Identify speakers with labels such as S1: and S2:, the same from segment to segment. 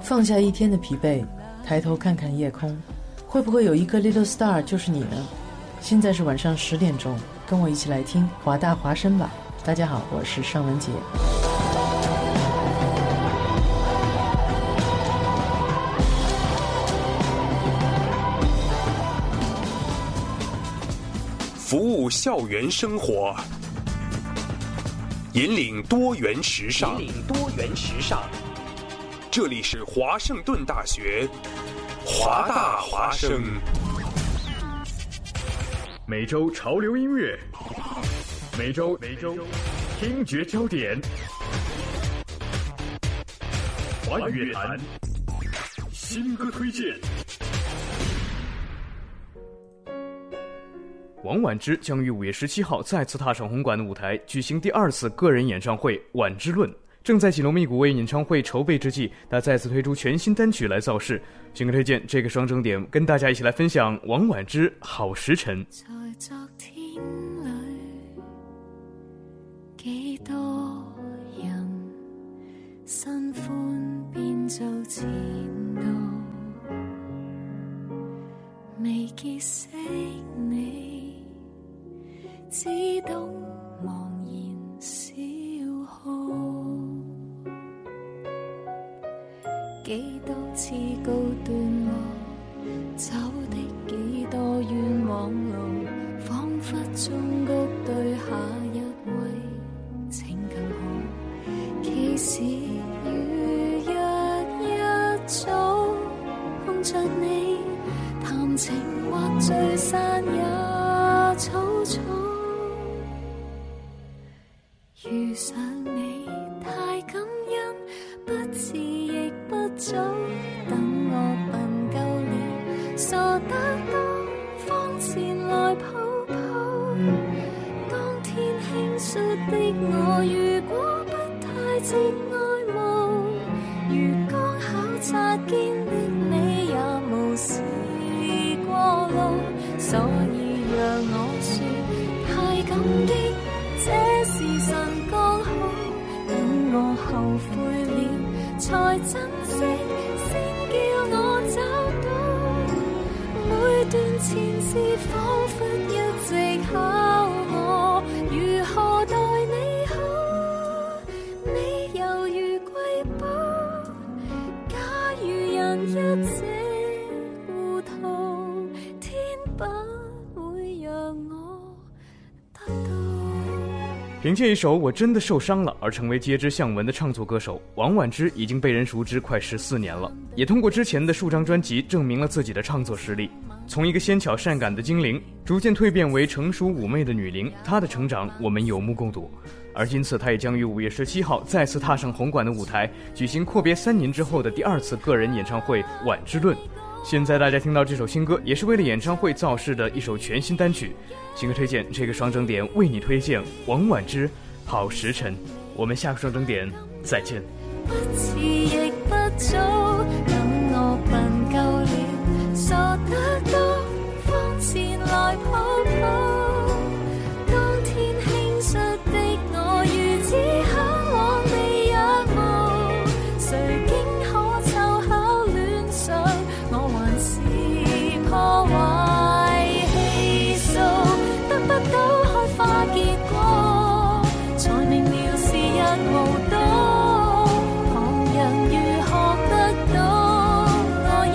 S1: 放下一天的疲惫，抬头看看夜空，会不会有一个 little star 就是你呢？现在是晚上十点钟，跟我一起来听华大华声吧。大家好，我是尚雯婕。
S2: 服务校园生活，引领多元时尚。
S3: 引领多元时尚。
S2: 这里是华盛顿大学，华大华生。
S4: 每周潮流音乐，每周每周听觉焦点，华语乐坛新歌推荐。王菀之将于五月十七号再次踏上红馆的舞台，举行第二次个人演唱会《菀之论》。正在紧锣密鼓为演唱会筹备之际，他再次推出全新单曲来造势。新歌推荐这个双整点，跟大家一起来分享王菀之《好时辰》。
S5: 在昨天里，几多人新欢变做前度，未结识你，只懂茫然消耗。几多次告段落。走的幾多冤枉路，彷彿終局對下一位，請更好。其是如日一早碰着你，談情或聚散也草草。遇上你太感恩，不遲亦不早，等我笨夠了，傻得多，方前來抱抱。當天輕率的我，如果不太節愛慕，如剛考察見的你也無視過路，所以讓我說太感激。這是神剛好，等我後悔了才珍惜，先叫我找到。每段前事彷彿一直考我，如何待你好，你猶如瑰寶。假如人一這糊塗，天不會讓我得到。
S4: 凭借一首《我真的受伤了》而成为皆知巷闻的唱作歌手，王菀之已经被人熟知快十四年了，也通过之前的数张专辑证明了自己的唱作实力。从一个纤巧善感的精灵，逐渐蜕变为成熟妩媚的女伶，她的成长我们有目共睹。而今次，她也将于五月十七号再次踏上红馆的舞台，举行阔别三年之后的第二次个人演唱会《菀之论》。现在大家听到这首新歌，也是为了演唱会造势的一首全新单曲。新歌推荐这个双整点为你推荐王菀之《好时辰》，我们下个双整点再见。
S5: 不遲亦不早，等我笨夠了，傻得多，方前來抱抱。當天輕率的我如此向往你仰慕，誰經可湊巧戀上，我還是破壞氣數，得不到開花結果，才明了時日無多。旁人如學得到，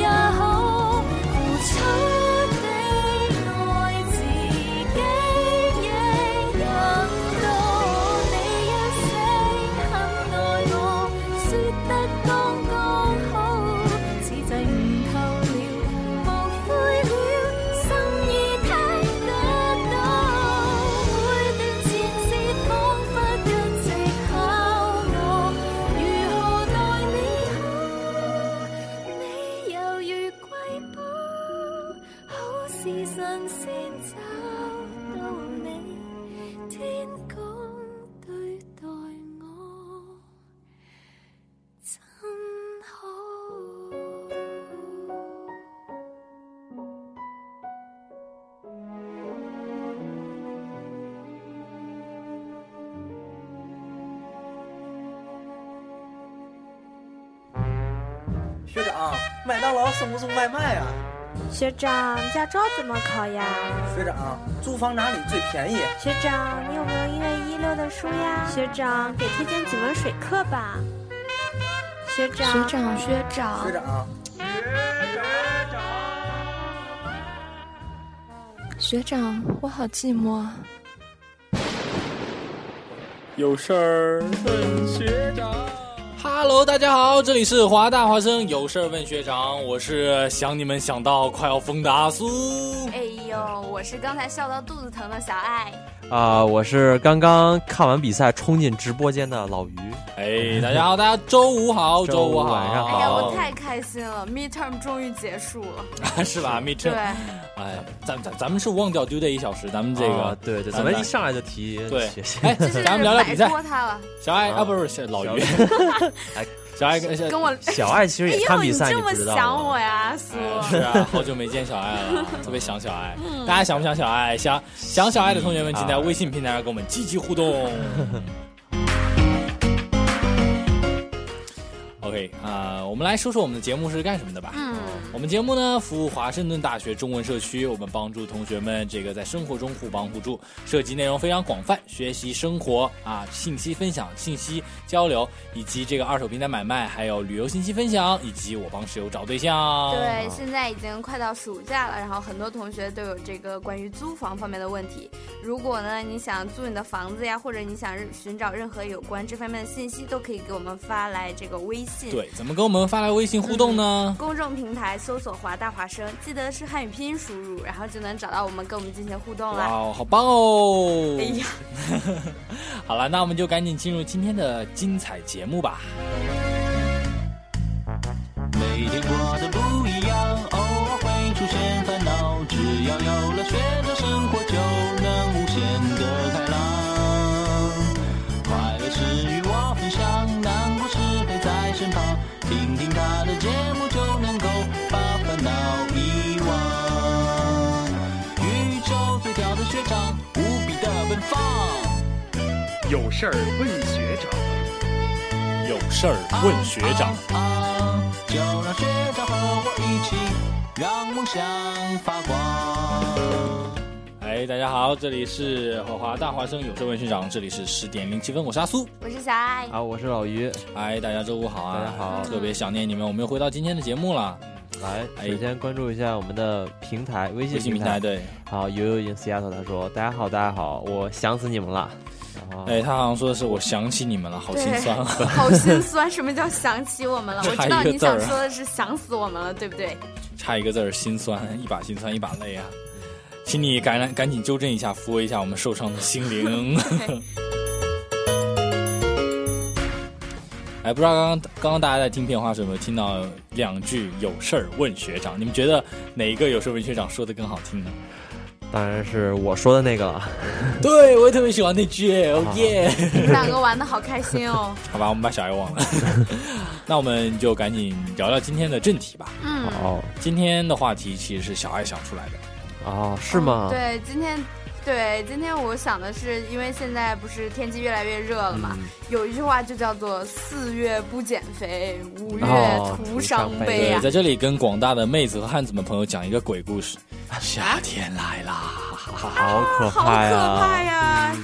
S3: 啊，麦当劳送不送外卖啊？
S6: 学长，驾照怎么考呀？
S3: 学长，租房哪里最便宜？
S6: 学长，你有没有一月一六的书呀？学长，给推荐几门水课吧。学长，
S7: 学长，学长
S3: 学，长，
S7: 学长，我好寂寞啊。
S8: 有事儿问学长。
S9: Hello，大家好，这里是华大华生，有事儿问学长，我是想你们想到快要疯的阿苏。
S10: 哎呦，我是刚才笑到肚子疼的小爱。
S11: 啊、我是刚刚看完比赛冲进直播间的老于。
S9: 哎，大家好，大家周五好，
S11: 周
S9: 周五好，
S11: 五晚上
S10: 哎呀，我
S11: 好
S10: 太开心了，midterm 终于结束了。
S9: 是吧？蜜
S10: 对
S9: 正，，哎，咱咱咱们是忘掉 due day 一小时，咱们这个、
S11: 啊对对，
S9: 咱
S11: 咱
S9: 们
S11: 们一上来就提
S9: 对
S11: 谢谢
S9: 哎
S10: 就，是
S9: 咱们聊聊
S10: 摆
S9: 比赛。
S10: 脱他了。
S9: 小爱
S11: 啊
S9: 啊，不是是老于
S11: 小，
S9: 小 爱跟
S10: 跟我，
S11: 小爱其实
S10: 哎
S11: 也看
S10: 呦，
S11: 比赛，
S10: 这
S11: 你
S10: 么
S11: 不知道啊
S10: 想
S11: 吗
S10: 我呀，苏？
S9: 是啊，好久没见小爱 了，特别想小爱。
S10: 嗯
S9: 大家想不想小爱？想想小爱的同学们，请在微信平台上跟我们积极互动。OK 啊、我们来说说我们的节目是干什么的吧。
S10: 嗯，
S9: 我们节目呢，服务华盛顿大学中文社区，我们帮助同学们这个在生活中互帮互助，涉及内容非常广泛，学习生活啊，信息分享、信息交流，以及这个二手平台买卖，还有旅游信息分享，以及我帮室友找对象。
S10: 对，现在已经快到暑假了，然后很多同学都有这个关于租房方面的问题。如果呢你想租你的房子呀，或者你想寻找任何有关这方面的信息，都可以给我们发来这个微信。
S9: 对，怎么跟我们发来微信互动呢？
S10: 公众平台搜索“华大华生”，记得是汉语拼音输入，然后就能找到我们，跟我们进行互动
S9: 哇
S10: 啦。
S9: 哦，好棒哦！
S10: 哎呀，
S9: 好了，那我们就赶紧进入今天的精彩节目吧。
S8: 每天过得不一样，偶尔会出现烦恼，只要有了学长，生活就能无限的开朗。快乐是与我分享，难过时陪在身旁，听听他的节目就能够把烦恼遗忘。宇宙最屌的学长，无比的奔放。
S2: 有事儿问学长。
S9: 有事儿问学长。
S8: 啊就让学长和我一起，让梦想发光。
S9: 哎，大家好，这里是华华大华生有事问学长，这里是十点零七分，我是阿苏。
S10: 我是小爱。
S11: 啊，我是老于，
S9: 哎，大家周五好啊！
S11: 大家好
S9: 特别想念你们，我们又回到今天的节目了。
S11: 来，
S9: 哎
S11: 首先关注一下我们的平台，微
S9: 微
S11: 信
S9: 信
S11: 平
S9: 平台
S11: 台。
S9: 对，
S11: 好，悠悠 in Seattle，他说：“大家好，大家好，我想死你们了。”然后，
S9: 哎，他好像说的是我想起你们了，好心酸 啊。
S10: 好心酸，什么叫想起我们了？我知道
S9: 差一
S10: 你
S9: 个字儿啊
S10: 想说的是想死我们了，对不 对？
S9: 差一个字儿，心酸，一把心酸一把 泪啊！请你赶赶赶紧纠正一下，抚慰一下我们受伤的心 灵。哎，不知道刚刚刚刚大家在听片花时有没有听到两句“有事儿问学长”？你们觉得哪一个“有事儿问学长”说的更好听呢？
S11: 当然是我说的那个了。
S9: 对，我也特别喜欢那 句，哦耶！
S10: 你们两个玩的好开心哦。
S9: 好吧，我们把小爱忘了。 那我们就赶紧聊聊今天的正题吧。
S10: 嗯，
S11: 哦
S9: 今天的话题其实是小爱想出来的。
S11: 哦，是
S9: 啊
S10: 嗯
S11: 吗？
S10: 对，今天。对，今天我想的是，因为现在不是天气越来越热了嘛，
S9: 嗯
S10: 有一句话就叫做“四月不减肥，五月
S11: 哦
S10: 徒
S11: 徒
S10: 伤悲”
S11: 伤
S10: 啊
S11: 悲
S9: 对，
S10: 呀、
S9: 在这里跟广大的妹子和汉子们朋友讲一个鬼故事。
S11: 啊
S9: 夏天来啦！哈哈哈
S11: 好可
S10: 啊好
S11: 怕
S10: 可
S11: 呀！
S10: 怕
S9: 啊
S10: 呀！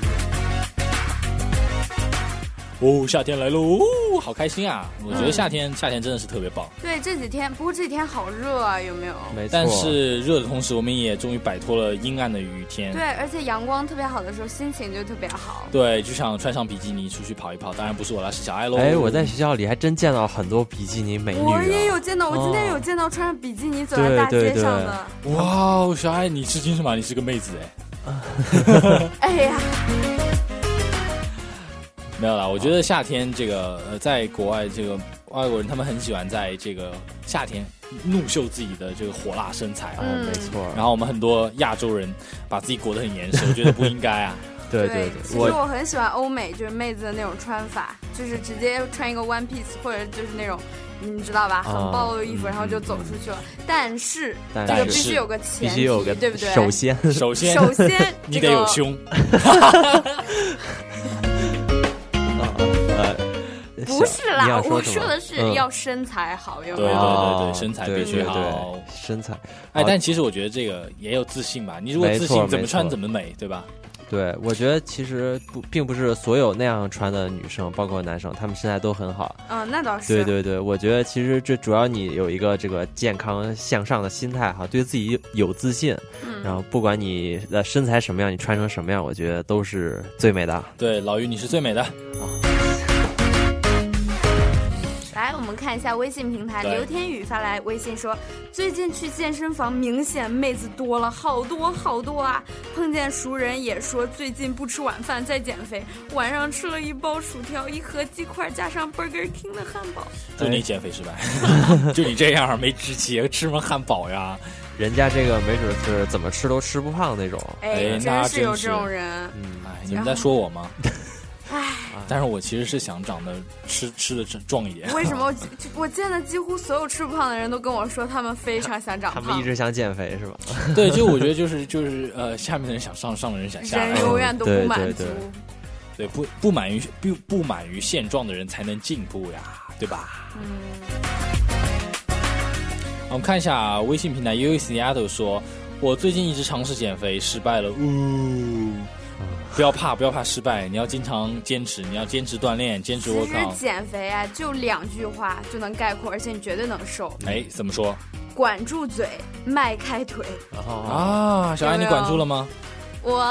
S9: 哦，夏天来喽！哦好开心啊！我觉
S11: 嗯
S9: 得夏天、夏天真的是特别棒，
S10: 对，这几天，不过这几天好热啊，有没有？
S11: 没错，
S9: 但是热的同时，我们也终于摆脱了阴暗的雨天。
S10: 对，而且阳光特别好的时候，心情就特别好。
S9: 对就想穿上比基尼出去跑一跑。当然不是我啦，是小爱喽。
S11: 哎，我在学校里还真见到很多比基尼美女、啊。
S10: 我也有见到，我今天
S11: 哦
S10: 有见到穿着比基尼走在大街上的。
S9: 哇哦，小爱你吃惊什么？你是个妹子哎。
S10: 哎呀，
S9: 没有啦，我觉得夏天这个呃，在国外这个外国人他们很喜欢在这个夏天怒秀自己的这个火辣身材啊。
S10: 嗯
S11: 哎，没错。
S9: 然后我们很多亚洲人把自己裹得很严实，我觉得不应该 啊。
S11: 对对
S10: 其
S11: 对，
S10: 实
S11: 我
S10: 我很喜欢欧美就是妹子的那种穿法，就是直接穿一个 one piece 或者就是那种。你们知道吧？很
S11: 啊
S10: 暴露的衣服，
S11: 嗯
S10: 然后就走出去了。但是
S11: 但
S10: 这个
S11: 是
S10: 必须有个
S11: 必
S10: 前
S11: 须
S10: 提，
S11: 有个
S10: 对不对？
S11: 首先
S9: 首先，
S10: 首先
S9: 你
S10: 这
S9: 得哎
S10: 个
S9: 有胸。
S11: 呃，
S10: 不是啦，
S11: 你要
S10: 我
S11: 说什
S10: 说
S11: 么
S10: 的是
S11: 嗯
S10: 要身材好，有没
S9: 对对
S10: 有？
S9: 对
S11: 哦
S9: 对，身材
S11: 对
S9: 必须
S11: 对对
S9: 好。
S11: 身材，
S9: 哎，
S11: 好
S9: 但其实我觉得这个也有自信吧。你如果
S11: 没
S9: 自
S11: 错
S9: 信，怎
S11: 没
S9: 么穿
S11: 错
S9: 怎么美，对吧？
S11: 对，我觉得其实不，并不是所有那样穿的女生，包括男生，他们身材都很好。
S10: 嗯，那倒是。
S11: 对对对，我觉得其实这主要你有一个这个健康向上的心态哈，对自己有自信，
S10: 嗯
S11: 然后不管你的身材什么样，你穿成什么样，我觉得都是最美的。
S9: 对，老于你是最美的。
S10: 来，我们看一下微信平台，
S9: 对
S10: 刘天宇发来微信说，最近去健身房，明显妹子多了，好多好多啊！碰见熟人也说最近不吃晚饭，在减肥，晚上吃了一包薯条，一盒鸡块，加上 Burger King 的汉堡。
S9: 祝你减肥失败， 就你这样没志气，吃什么汉堡呀？
S11: 人家这个没准是怎么吃都吃不胖那种。
S10: 哎，
S9: 那
S10: 是有这
S9: 是
S10: 种人。
S11: 嗯，
S9: 哎，你们在说我吗？哎但是我其实是想长得吃吃的壮一点。
S10: 为什么我就我见的几乎所有吃不胖的人都跟我说，他们非常想长
S11: 他们
S10: 胖
S11: 一，直想减肥是吧？
S9: 对，就我觉得就是就是呃，下面的人想上，上的人想下来
S10: 人。永远都不
S11: 对对
S10: 满足
S11: 对。
S9: 对，不不满于不不满于现状的人才能进步呀，对吧？
S10: 嗯，
S9: 我们看一下啊微信平台 U U C 丫头说，我最近一直尝试减肥，失败了，呜。不要怕，不要怕失败，你要经常坚持，你要坚持锻炼，坚持
S10: 其实
S9: workout。
S10: 减肥啊，就两句话就能概括，而且你绝对能瘦。
S9: 哎，怎么说
S10: 管住嘴，迈开腿。
S11: 哦，
S9: 啊？小艾，
S10: 有没
S9: 你
S10: 有
S9: 管住了吗？
S10: 我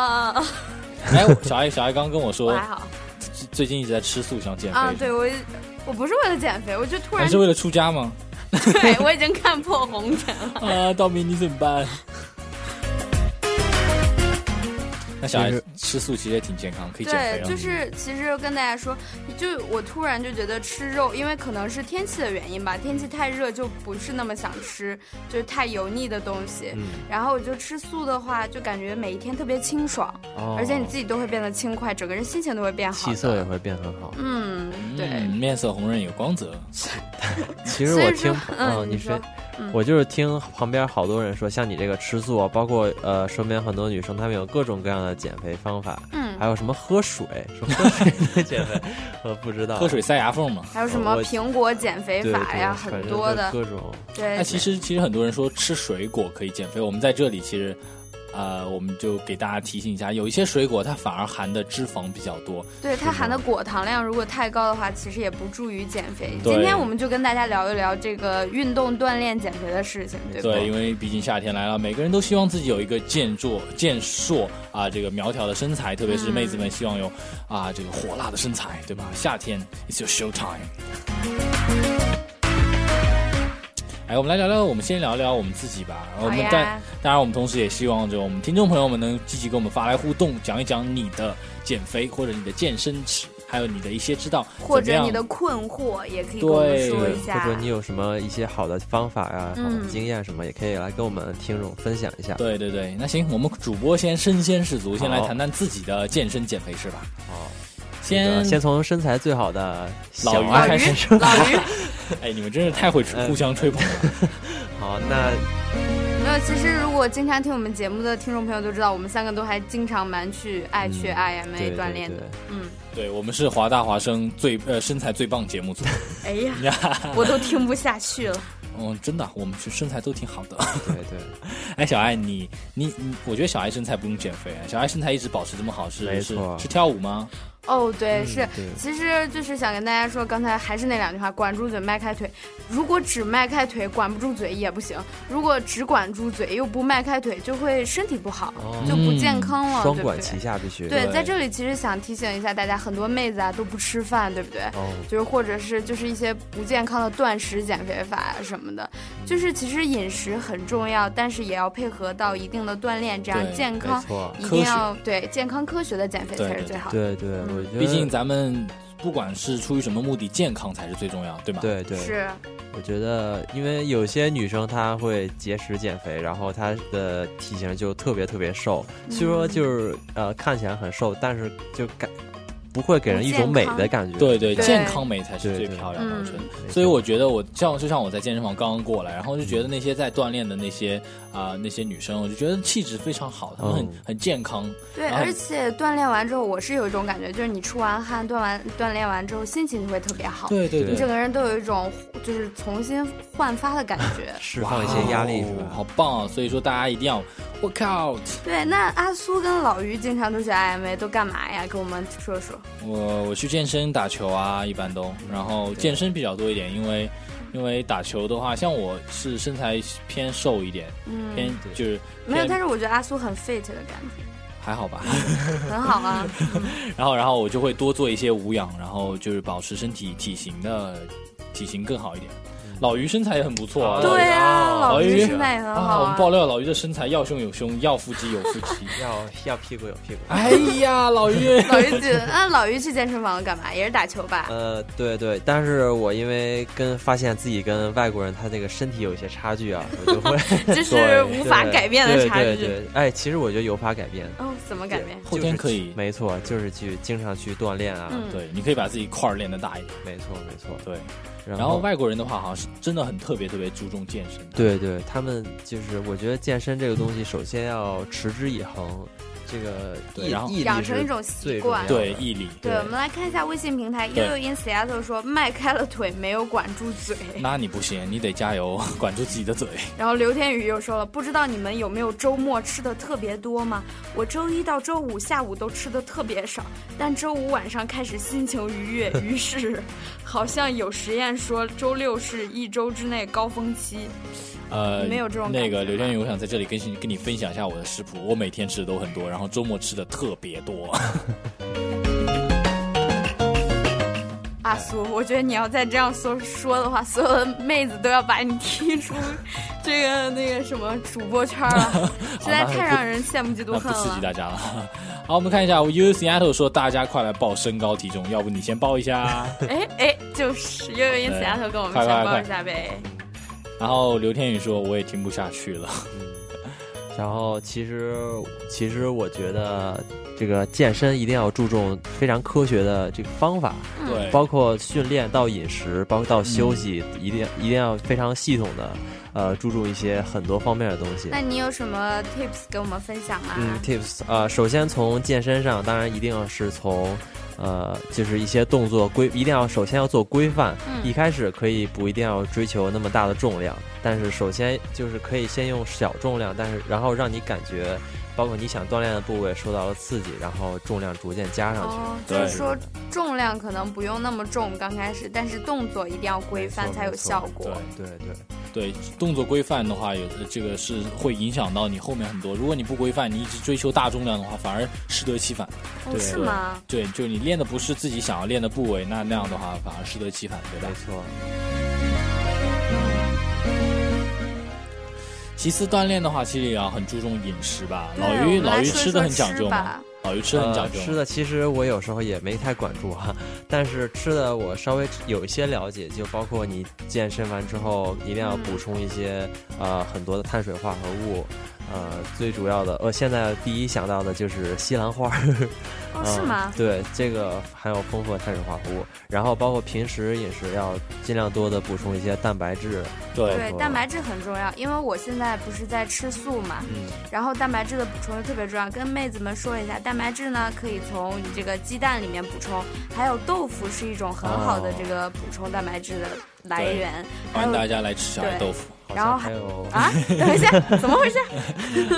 S9: 哎，我小艾，小艾刚跟我
S10: 我
S9: 说
S10: 还，好
S9: 最最近一直在吃素，想减肥。
S10: 啊，对我我不是为了减肥，我就突
S9: 还
S11: 啊
S10: 然
S9: 是为了出 家吗？
S10: 对我已经看破红尘了。
S9: 啊，道明你怎么办？那小孩
S11: 其实
S9: 吃素其实也挺健康，可以减
S10: 对，
S9: 肥啊了。
S10: 就是其实跟大家说，就我突然就觉得吃肉，因为可能是天气的原因吧，天气太热就不是那么想吃，就是太油腻的东西。
S11: 嗯，
S10: 然后我就吃素的话，就感觉每一天特别清爽，
S11: 哦
S10: 而且你自己都会变得轻快，整个人心情都会变好
S11: 气
S10: 的。
S11: 色也会变很好。
S10: 嗯，对，嗯
S9: 嗯，面色红润有光泽。
S11: 其实
S10: 所以说
S11: 我听，
S10: 嗯
S11: 嗯，
S10: 你
S11: 你说
S10: 说嗯，
S11: 我就是听旁边好多人说，像你这个吃素啊，包括呃，身边很多女生，她们有各种各样的减肥方法，
S10: 嗯
S11: 还有什么喝水，说喝水能减肥，我不知道，
S9: 喝水塞牙缝嘛。
S10: 还有什么
S11: 呃我
S10: 苹果减肥
S11: 对
S10: 法呀，
S11: 对反
S10: 很
S11: 正
S10: 多
S11: 就
S10: 的。
S11: 各种，
S10: 对
S9: 那，其实其实很多人说吃水果可以减肥，我们在这里其实。呃，我们就给大家提醒一下，有一些水果它反而含的脂肪比较多。
S10: 对它含的果糖量如果太高的话，其实也不助于减肥。
S9: 对
S10: 今天我们就跟大家聊一聊这个运动锻炼减肥的事情，对吧？
S9: 对，因为毕竟夏天来了，每个人都希望自己有一个健硕、健硕啊，这个苗条的身材，特别是妹子们希望有啊这个火辣的身材，对吧？夏天，it's your show time。哎，我们来聊聊，我们先聊聊我们自己吧。我们
S10: 呀
S9: 但当然，我们同时也希望着我们听众朋友们能积极跟我们发来互动，讲一讲你的减肥或者你的健身史，还有你的一些知道，
S10: 或
S9: 怎么
S10: 者
S9: 样
S10: 你的困惑也可以跟我们
S9: 对
S10: 说一下
S11: 或。者你有什么一些好的方法呀、好
S10: 嗯
S11: 的经验什么，也可以来跟我们听众分享一下。
S9: 对对对，那行，我们主播先身先士卒，先来
S11: 好
S9: 谈谈自己的健身减肥事吧。
S11: 好，这
S9: 先
S11: 个先从身材最好的
S9: 老
S11: 小
S9: 于
S11: 爱
S9: 开
S11: 开
S9: 始
S11: 始
S10: 老于，老于，
S9: 哎，你们真是太会吹
S11: 嗯
S9: 互相吹捧了。
S11: 好，那
S10: 嗯没有。其实如果经常听我们节目的听众朋友都知道，我们三个都还经常蛮去爱去
S11: 嗯
S10: IMA
S11: 对
S10: 锻
S11: 对
S10: 炼的
S11: 对。
S10: 嗯，
S9: 对我们是华大华生最呃身材最棒节 目组，
S10: 哎呀，我都听不下去了。
S9: 嗯，真的，我们是身材都挺好的。
S11: 对 对，
S9: 哎，小艾，你你你，我觉得小艾身材不用减肥，啊小艾身材一直保持这么好，是
S11: 没
S9: 是
S11: 错
S9: 是跳舞吗？
S10: 哦，对，是
S11: 嗯，对
S10: 其实就是想跟大家说，刚才还是那两句话，管住嘴，迈开腿。如果只迈开腿，管不住嘴也不行；如果只管住嘴又不迈开腿，就会身体不好，
S11: 哦
S10: 就不健康了，
S11: 双
S10: 对不
S11: 管
S10: 对？
S11: 齐下必须。
S10: 对，
S9: 对
S10: 在这里其实想提醒一下大家，很多妹子啊都不吃饭，对不对？
S11: 哦，
S10: 就是或者是就是一些不健康的断食减肥法啊什么的，
S11: 嗯
S10: 就是其实饮食很重要，但是也要配合到一定的锻炼，这样
S9: 对
S10: 健
S11: 没
S10: 康
S11: 错，
S10: 一
S9: 科
S10: 定
S9: 学
S10: 要对健康科学的减肥
S9: 对
S10: 才
S9: 对
S10: 是
S9: 对
S10: 最好的。
S11: 对对，我觉得
S9: 毕竟咱们不管是出于什么目的，健康才是最重要，对吗？。
S11: 对对
S10: 是，
S11: 我觉得，因为有些女生她会节食减肥，然后她的体
S10: 嗯
S11: 型就特别特别瘦，虽说就是呃看起来很瘦，但是就感不会给人一种美的感觉。
S9: 对对，
S10: 对
S9: 健康美才是最漂亮的，我觉得。所以我觉得我像就像我在健身房刚刚过来，然后就觉得那些在锻炼的那些啊、那些女生，我就觉得气质非常好，她们很、
S11: 嗯。
S9: 很健康。
S10: 对，
S9: 然后
S10: 而且锻炼完之后，我是有一种感觉，就是你出完汗、锻完锻炼完之后，心情就会特别好，
S9: 对对
S10: 你整
S9: 对，
S10: 个人都有一种就是重新焕发的感觉
S11: 释放一些压力是
S9: 哦
S11: 吧？
S9: 好棒、啊！所以说大家一定要 work out。
S10: 对，那阿苏跟老于经常都是 IMA，都干嘛呀？跟我们说说。
S9: 我我去健身打球啊，一般都，
S11: 嗯
S9: 然后健身比较多一点，因为因为打球的话，像我是身材偏瘦一点，
S10: 嗯，
S9: 偏就是
S10: 没有，
S9: 偏
S10: 但是我觉得阿苏很 fit 的感觉，
S9: 还好吧。
S10: 很好啊。
S9: 然后然后我就会多做一些无氧，然后就是保持身体体型的体型更好一点。老于身材也很不错啊，
S10: 对啊，老
S9: 于
S10: 于身材也很
S9: 啊，
S10: 好
S9: 我们爆料老于的身材要胸有胸，要腹肌有腹肌。
S11: 要要屁股有屁股。
S9: 哎呀，老于，
S10: 老于觉得，那老于去健身房干嘛？也是打球 吧？
S11: 呃，对对，但是我因为跟发现自己跟外国人他这个身体有一些差距啊，我 就会
S10: 这是无法改变的差
S11: 对对
S10: 距。
S11: 对，哎，其实我觉得有法改变。
S10: 哦，怎么改变？
S9: 后天可以，
S11: 没错，就是去经常去锻炼啊，
S10: 嗯
S9: 对，你可以把自己块儿练得大一点。
S11: 没错没错。
S9: 对，
S11: 然
S9: 然后外国人的话，好像是真的很特别特别注重健身。
S11: 对对，他们就是我觉得健身这个东西，首先要持之以恒，这个
S9: 对
S11: 毅
S9: 然后
S11: 毅力
S10: 养成
S11: 是
S10: 一种
S11: 最
S10: 习
S11: 重要
S10: 惯
S11: 的。。
S9: 对，毅力。
S10: 对，我们来看一下微信平台，悠
S9: 对
S10: 悠 in Seattle 说迈开了腿，没有管住嘴。
S9: 那你不行，你得加油， 管住自己的嘴。
S10: 然后刘天宇又说了，不知道你们有没有周末吃的特别多吗？我周一到周五下午都吃的特别少，但周五晚上开始心情愉悦，于是好像有实验说周六是一周之内高峰期。
S9: 呃，
S10: 你没有这种
S9: 那
S10: 感觉
S9: 个
S10: 吗
S9: 刘天宇，我想在这里跟你跟你分享一下我的食谱。我每天吃的都很多，然后周末吃的特别多。
S10: 阿苏，我觉得你要再这样说说的话，所有的妹子都要把你踢出这个那个什么主播圈了，实在太让人羡慕嫉妒
S9: 那不
S10: 恨
S9: 刺激
S10: 了。
S9: 大家了。好，我们看一下 U Seattle 说，大家快来报身高体重，要不你先报一下。
S10: 哎哎，就是又有因此丫头跟我们
S9: 快快
S10: 先报
S9: 快
S10: 一下呗。
S9: 然后刘天宇说，我也听不下去了。
S11: 然后其实其实我觉得这个健身一定要注重非常科学的这个方法，
S10: 嗯
S9: 对，嗯
S11: 包括训练到饮食，包括到休息，一定一定要非常系统的，呃，注重一些很多方面的东西。
S10: 那你有什么 tips 给我们分享吗？
S11: 嗯，tips 呃，首先从健身上，当然一定要是从，呃，就是一些动作规，一定要首先要做规范。
S10: 嗯
S11: 一开始可以不一定要追求那么大的重量，但是首先就是可以先用小重量，但是然后让你感觉，包括你想锻炼的部位受到了刺激，然后重量逐渐加上去。
S10: 哦，就
S9: 对
S10: 是说重量可能不用那么重，刚开始，但是动作一定要规范
S11: 没错
S10: 才有
S11: 没错
S10: 效
S9: 对
S10: 果。
S11: 对对，
S9: 对，动作规范的话，有这个是会影响到你后面很多。如果你不规范，你一直追求大重量的话，反而适得其反。
S10: 哦，
S9: 对
S10: 是吗？
S9: 对，就你练的不是自己想要练的部位，那那样的话反而适得其反，对吧
S11: 没？错。
S9: 其次，锻炼的话，其实也要很注重饮食吧。
S10: 对
S9: 老
S10: 我
S9: 于，
S10: 们来
S9: 老于
S10: 说一
S9: 吃的
S10: 说
S9: 很讲
S10: 吃
S9: 究吗
S10: 吧？
S9: 老于吃的很讲究
S11: 呃。
S9: 吗。
S11: 吃的其实我有时候也没太关注哈、但是吃的我稍微有一些了解，就包括你健身完之后一定要
S10: 嗯
S11: 补充一些、呃很多的碳水化合物，呃最主要的，我、现在第一想到的就是西兰花。
S10: 哦，是吗
S11: 嗯？？对，这个含有丰富的碳水化合物，然后包括平时饮食要尽量多的补充一些蛋白质。
S9: 对
S11: 嗯
S10: 对，蛋白质很重要，因为我现在不是在吃素嘛，
S11: 嗯，
S10: 然后蛋白质的补充就特别重要。跟妹子们说一下，蛋白质呢可以从你这个鸡蛋里面补充，还有豆腐是一种很好的
S11: 哦
S10: 这个补充蛋白质的来
S9: 对
S10: 源，还
S9: 欢迎大
S10: 有。
S9: 家来吃小孩
S10: 对
S9: 豆腐。
S11: 好
S10: 然后
S11: 像还有
S10: 啊，等一下，怎么回事？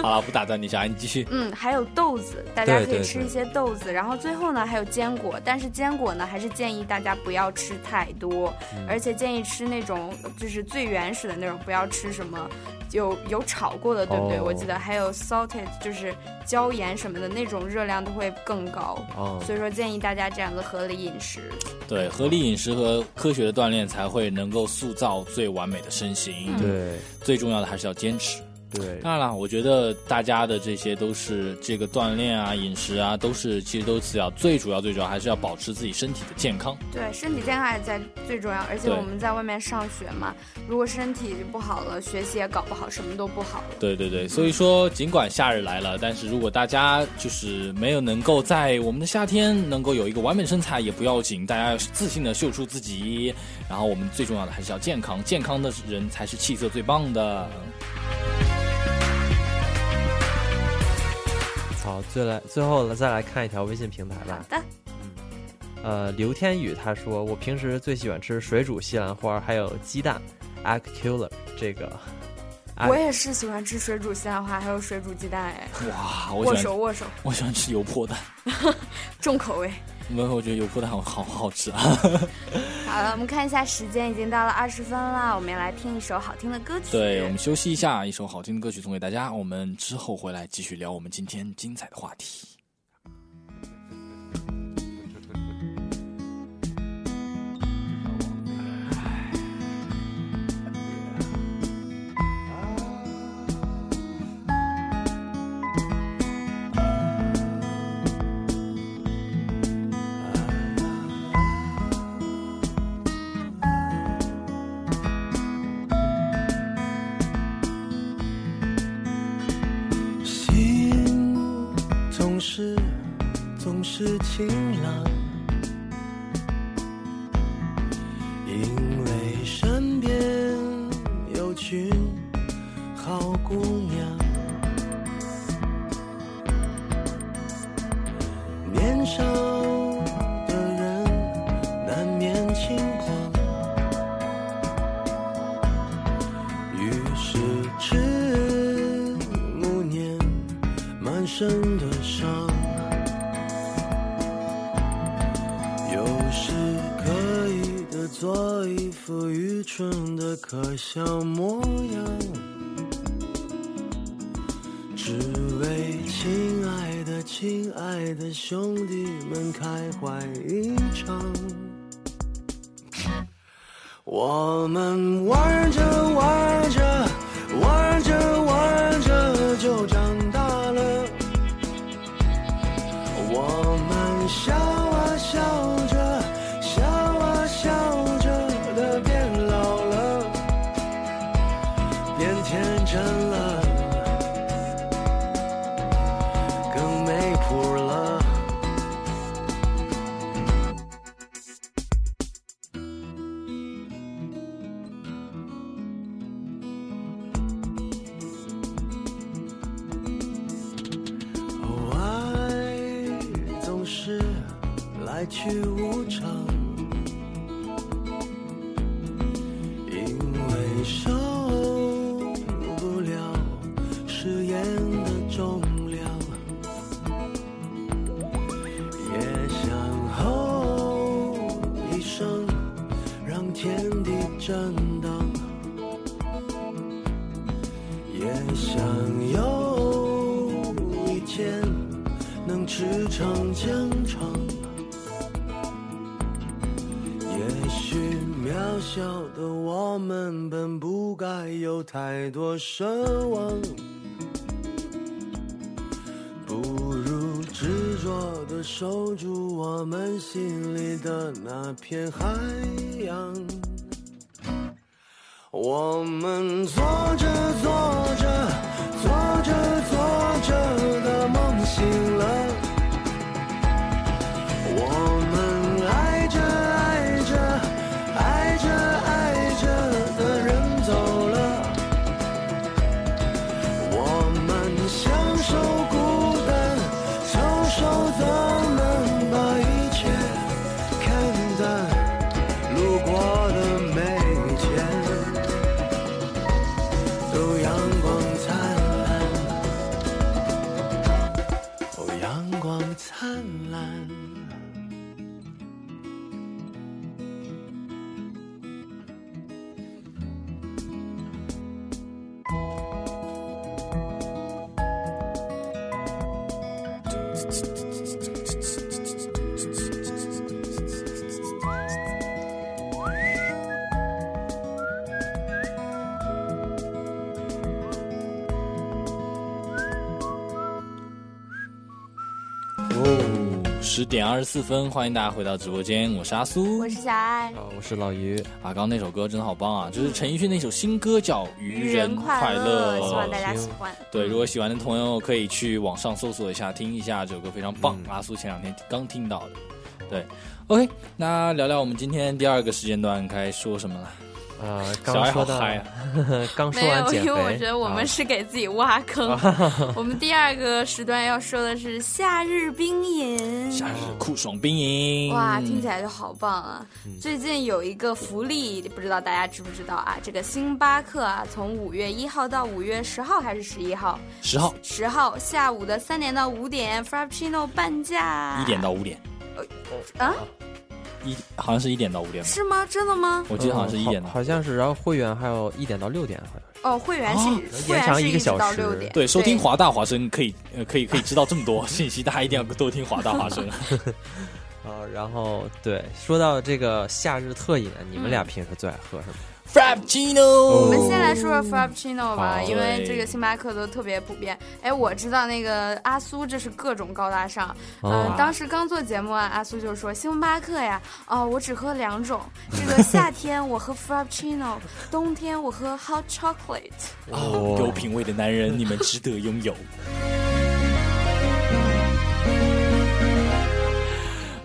S9: 好了，不打断你，小安，你 继续。
S10: 嗯，还有豆子，大家
S11: 对
S10: 可以
S11: 对
S10: 吃
S11: 对
S10: 一些豆子。然后最后呢，还有坚果，但是坚果呢，还是建议大家不要吃太多，
S11: 嗯
S10: 而且建议吃那种就是最原始的那种，不要吃什么有有炒过的，对不对？
S11: 哦
S10: 我记得还有 salted，就是椒盐什么的那种热量都会更高。
S11: 哦，
S10: 所以说建议大家这样子合理饮食。
S9: 对，合理饮食和科学的锻炼才会能够塑造最完美的身形。
S10: 嗯
S11: 对。
S9: 最重要的还是要坚持。
S11: 对，
S9: 当然了，我觉得大家的这些都是这个锻炼啊、饮食啊，都是其实都次要，最主要最主要还是要保持自己身体的健康。
S10: 对，身体健康还是在最重要。而且
S9: 对
S10: 我们在外面上学嘛，如果身体不好了，学习也搞不好，什么都不好了。
S9: 对对对，所以说尽管夏日来了，但是如果大家就是没有能够在我们的夏天能够有一个完美身材也不要紧，大家要自信的秀出自己，然后我们最重要的还是要健康，健康的人才是气色最棒 的。
S11: 好，最来最后再来看一条微信平台吧。嗯
S10: 的
S11: 呃，刘天宇他说，我平时最喜欢吃水煮西兰花，还有鸡蛋，egg killer 这个。
S9: 啊
S10: 我也是喜欢吃水煮西兰花，还有水煮鸡蛋，哎，
S9: 哇，我
S10: 握
S9: 喜
S10: 手
S9: 欢
S10: 握手，
S9: 我喜欢吃油泼蛋，
S10: 重口味。
S9: 没有，我觉得油泼蛋好好好吃啊。
S10: 好了，我们看一下时间，已经到了二十分了，我们也来听一首好听的歌曲。
S9: 对，我们休息一下，一首好听的歌曲送给大家，我们之后回来继续聊我们今天精彩的话题。
S12: 心总是总是晴朗，因为身边有群好姑娘。年少的人难免轻狂，于是迟暮年满身的伤。有时刻意的做一副愚蠢的可笑模样，只为亲爱的、亲爱的兄弟们开怀一场。我们玩着玩着，玩着玩着就长大了。我们笑啊笑着，笑啊笑着的变老了，变天真了，更没谱了。哦，爱总是来去无常，因为受不了誓言的重量，也想吼一声，让天地震荡。也想有一天能驰骋疆场，也许渺小的我们本不该有太多奢望，不如执着的守住我们心里的那片海洋。我们做着做着，做着做着的梦醒了。我们爱着爱着，爱着爱着的人走了。我们享受孤单，承受咱们把一切看淡，路过的每一天。都阳光灿烂，哦，阳光灿烂。
S9: 十点二十四分，欢迎大家回到直播间，我是阿苏，
S10: 我是小爱，
S11: 啊，我是老于。
S9: 啊，刚刚那首歌真的好棒啊！就是陈奕迅那首新歌叫《
S10: 愚
S9: 愚
S10: 人快
S9: 快
S10: 乐
S9: 乐》，
S10: 希望大家喜欢
S9: 对，如果喜欢的朋友可以去网上搜索一下，听一下这首歌非常棒。
S10: 嗯
S9: 阿苏前两天刚听到的，对。OK，那聊聊我们今天第二个时间段该说什么了？
S11: 啊、
S9: 小
S11: 刚
S9: 爱
S11: 说
S9: 好
S11: 到呃
S9: 嗨啊，
S11: 刚说
S10: 没
S11: 完
S10: 有，
S11: 减肥，
S10: 因为我觉得我们
S11: 啊
S10: 是给自己挖坑。我们第二个时段要说的是夏日冰饮。
S9: 夏日酷爽冰饮，
S10: 哇，听起来就好棒啊！最近有一个福利，不知道大家知不知道啊？这个星巴克啊，从五月一号到五月十号还是十一号？
S9: 十号
S10: 十号下午的三点到五点，Frappuccino 半价。
S9: 一点到五点，
S10: 啊？
S9: 一好像是一点到五点吧，
S10: 是吗？真的吗？
S9: 我记得好像是一点
S11: 嗯好，好像是，然后会员还有一点到六点，好像是。
S10: 哦，会员是、会
S11: 延
S10: 员
S11: 长
S10: 是
S11: 一个
S10: 直
S11: 小
S10: 到
S11: 时
S10: 六点。
S9: 对，收听华大华声可以，呃，可以可以知道这么多信息，大家一定要多听华大华声。
S11: 啊，然后对，说到这个夏日特饮，你们俩
S10: 嗯
S11: 平时最爱喝什么？
S9: Frappuccino，
S10: 我们先来说说
S9: 哦
S10: Frappuccino 吧，
S11: 好
S10: 因为这个星巴克都特别普遍。哎，我知道那个阿苏，这是各种高大上。嗯、
S11: 哦
S10: 当时刚做节目啊，阿苏就说星巴克呀，哦，我只喝两种，这个夏天我喝 Frappuccino，冬天我喝 Hot Chocolate。
S9: 哦，有品味的男人，你们值得拥有。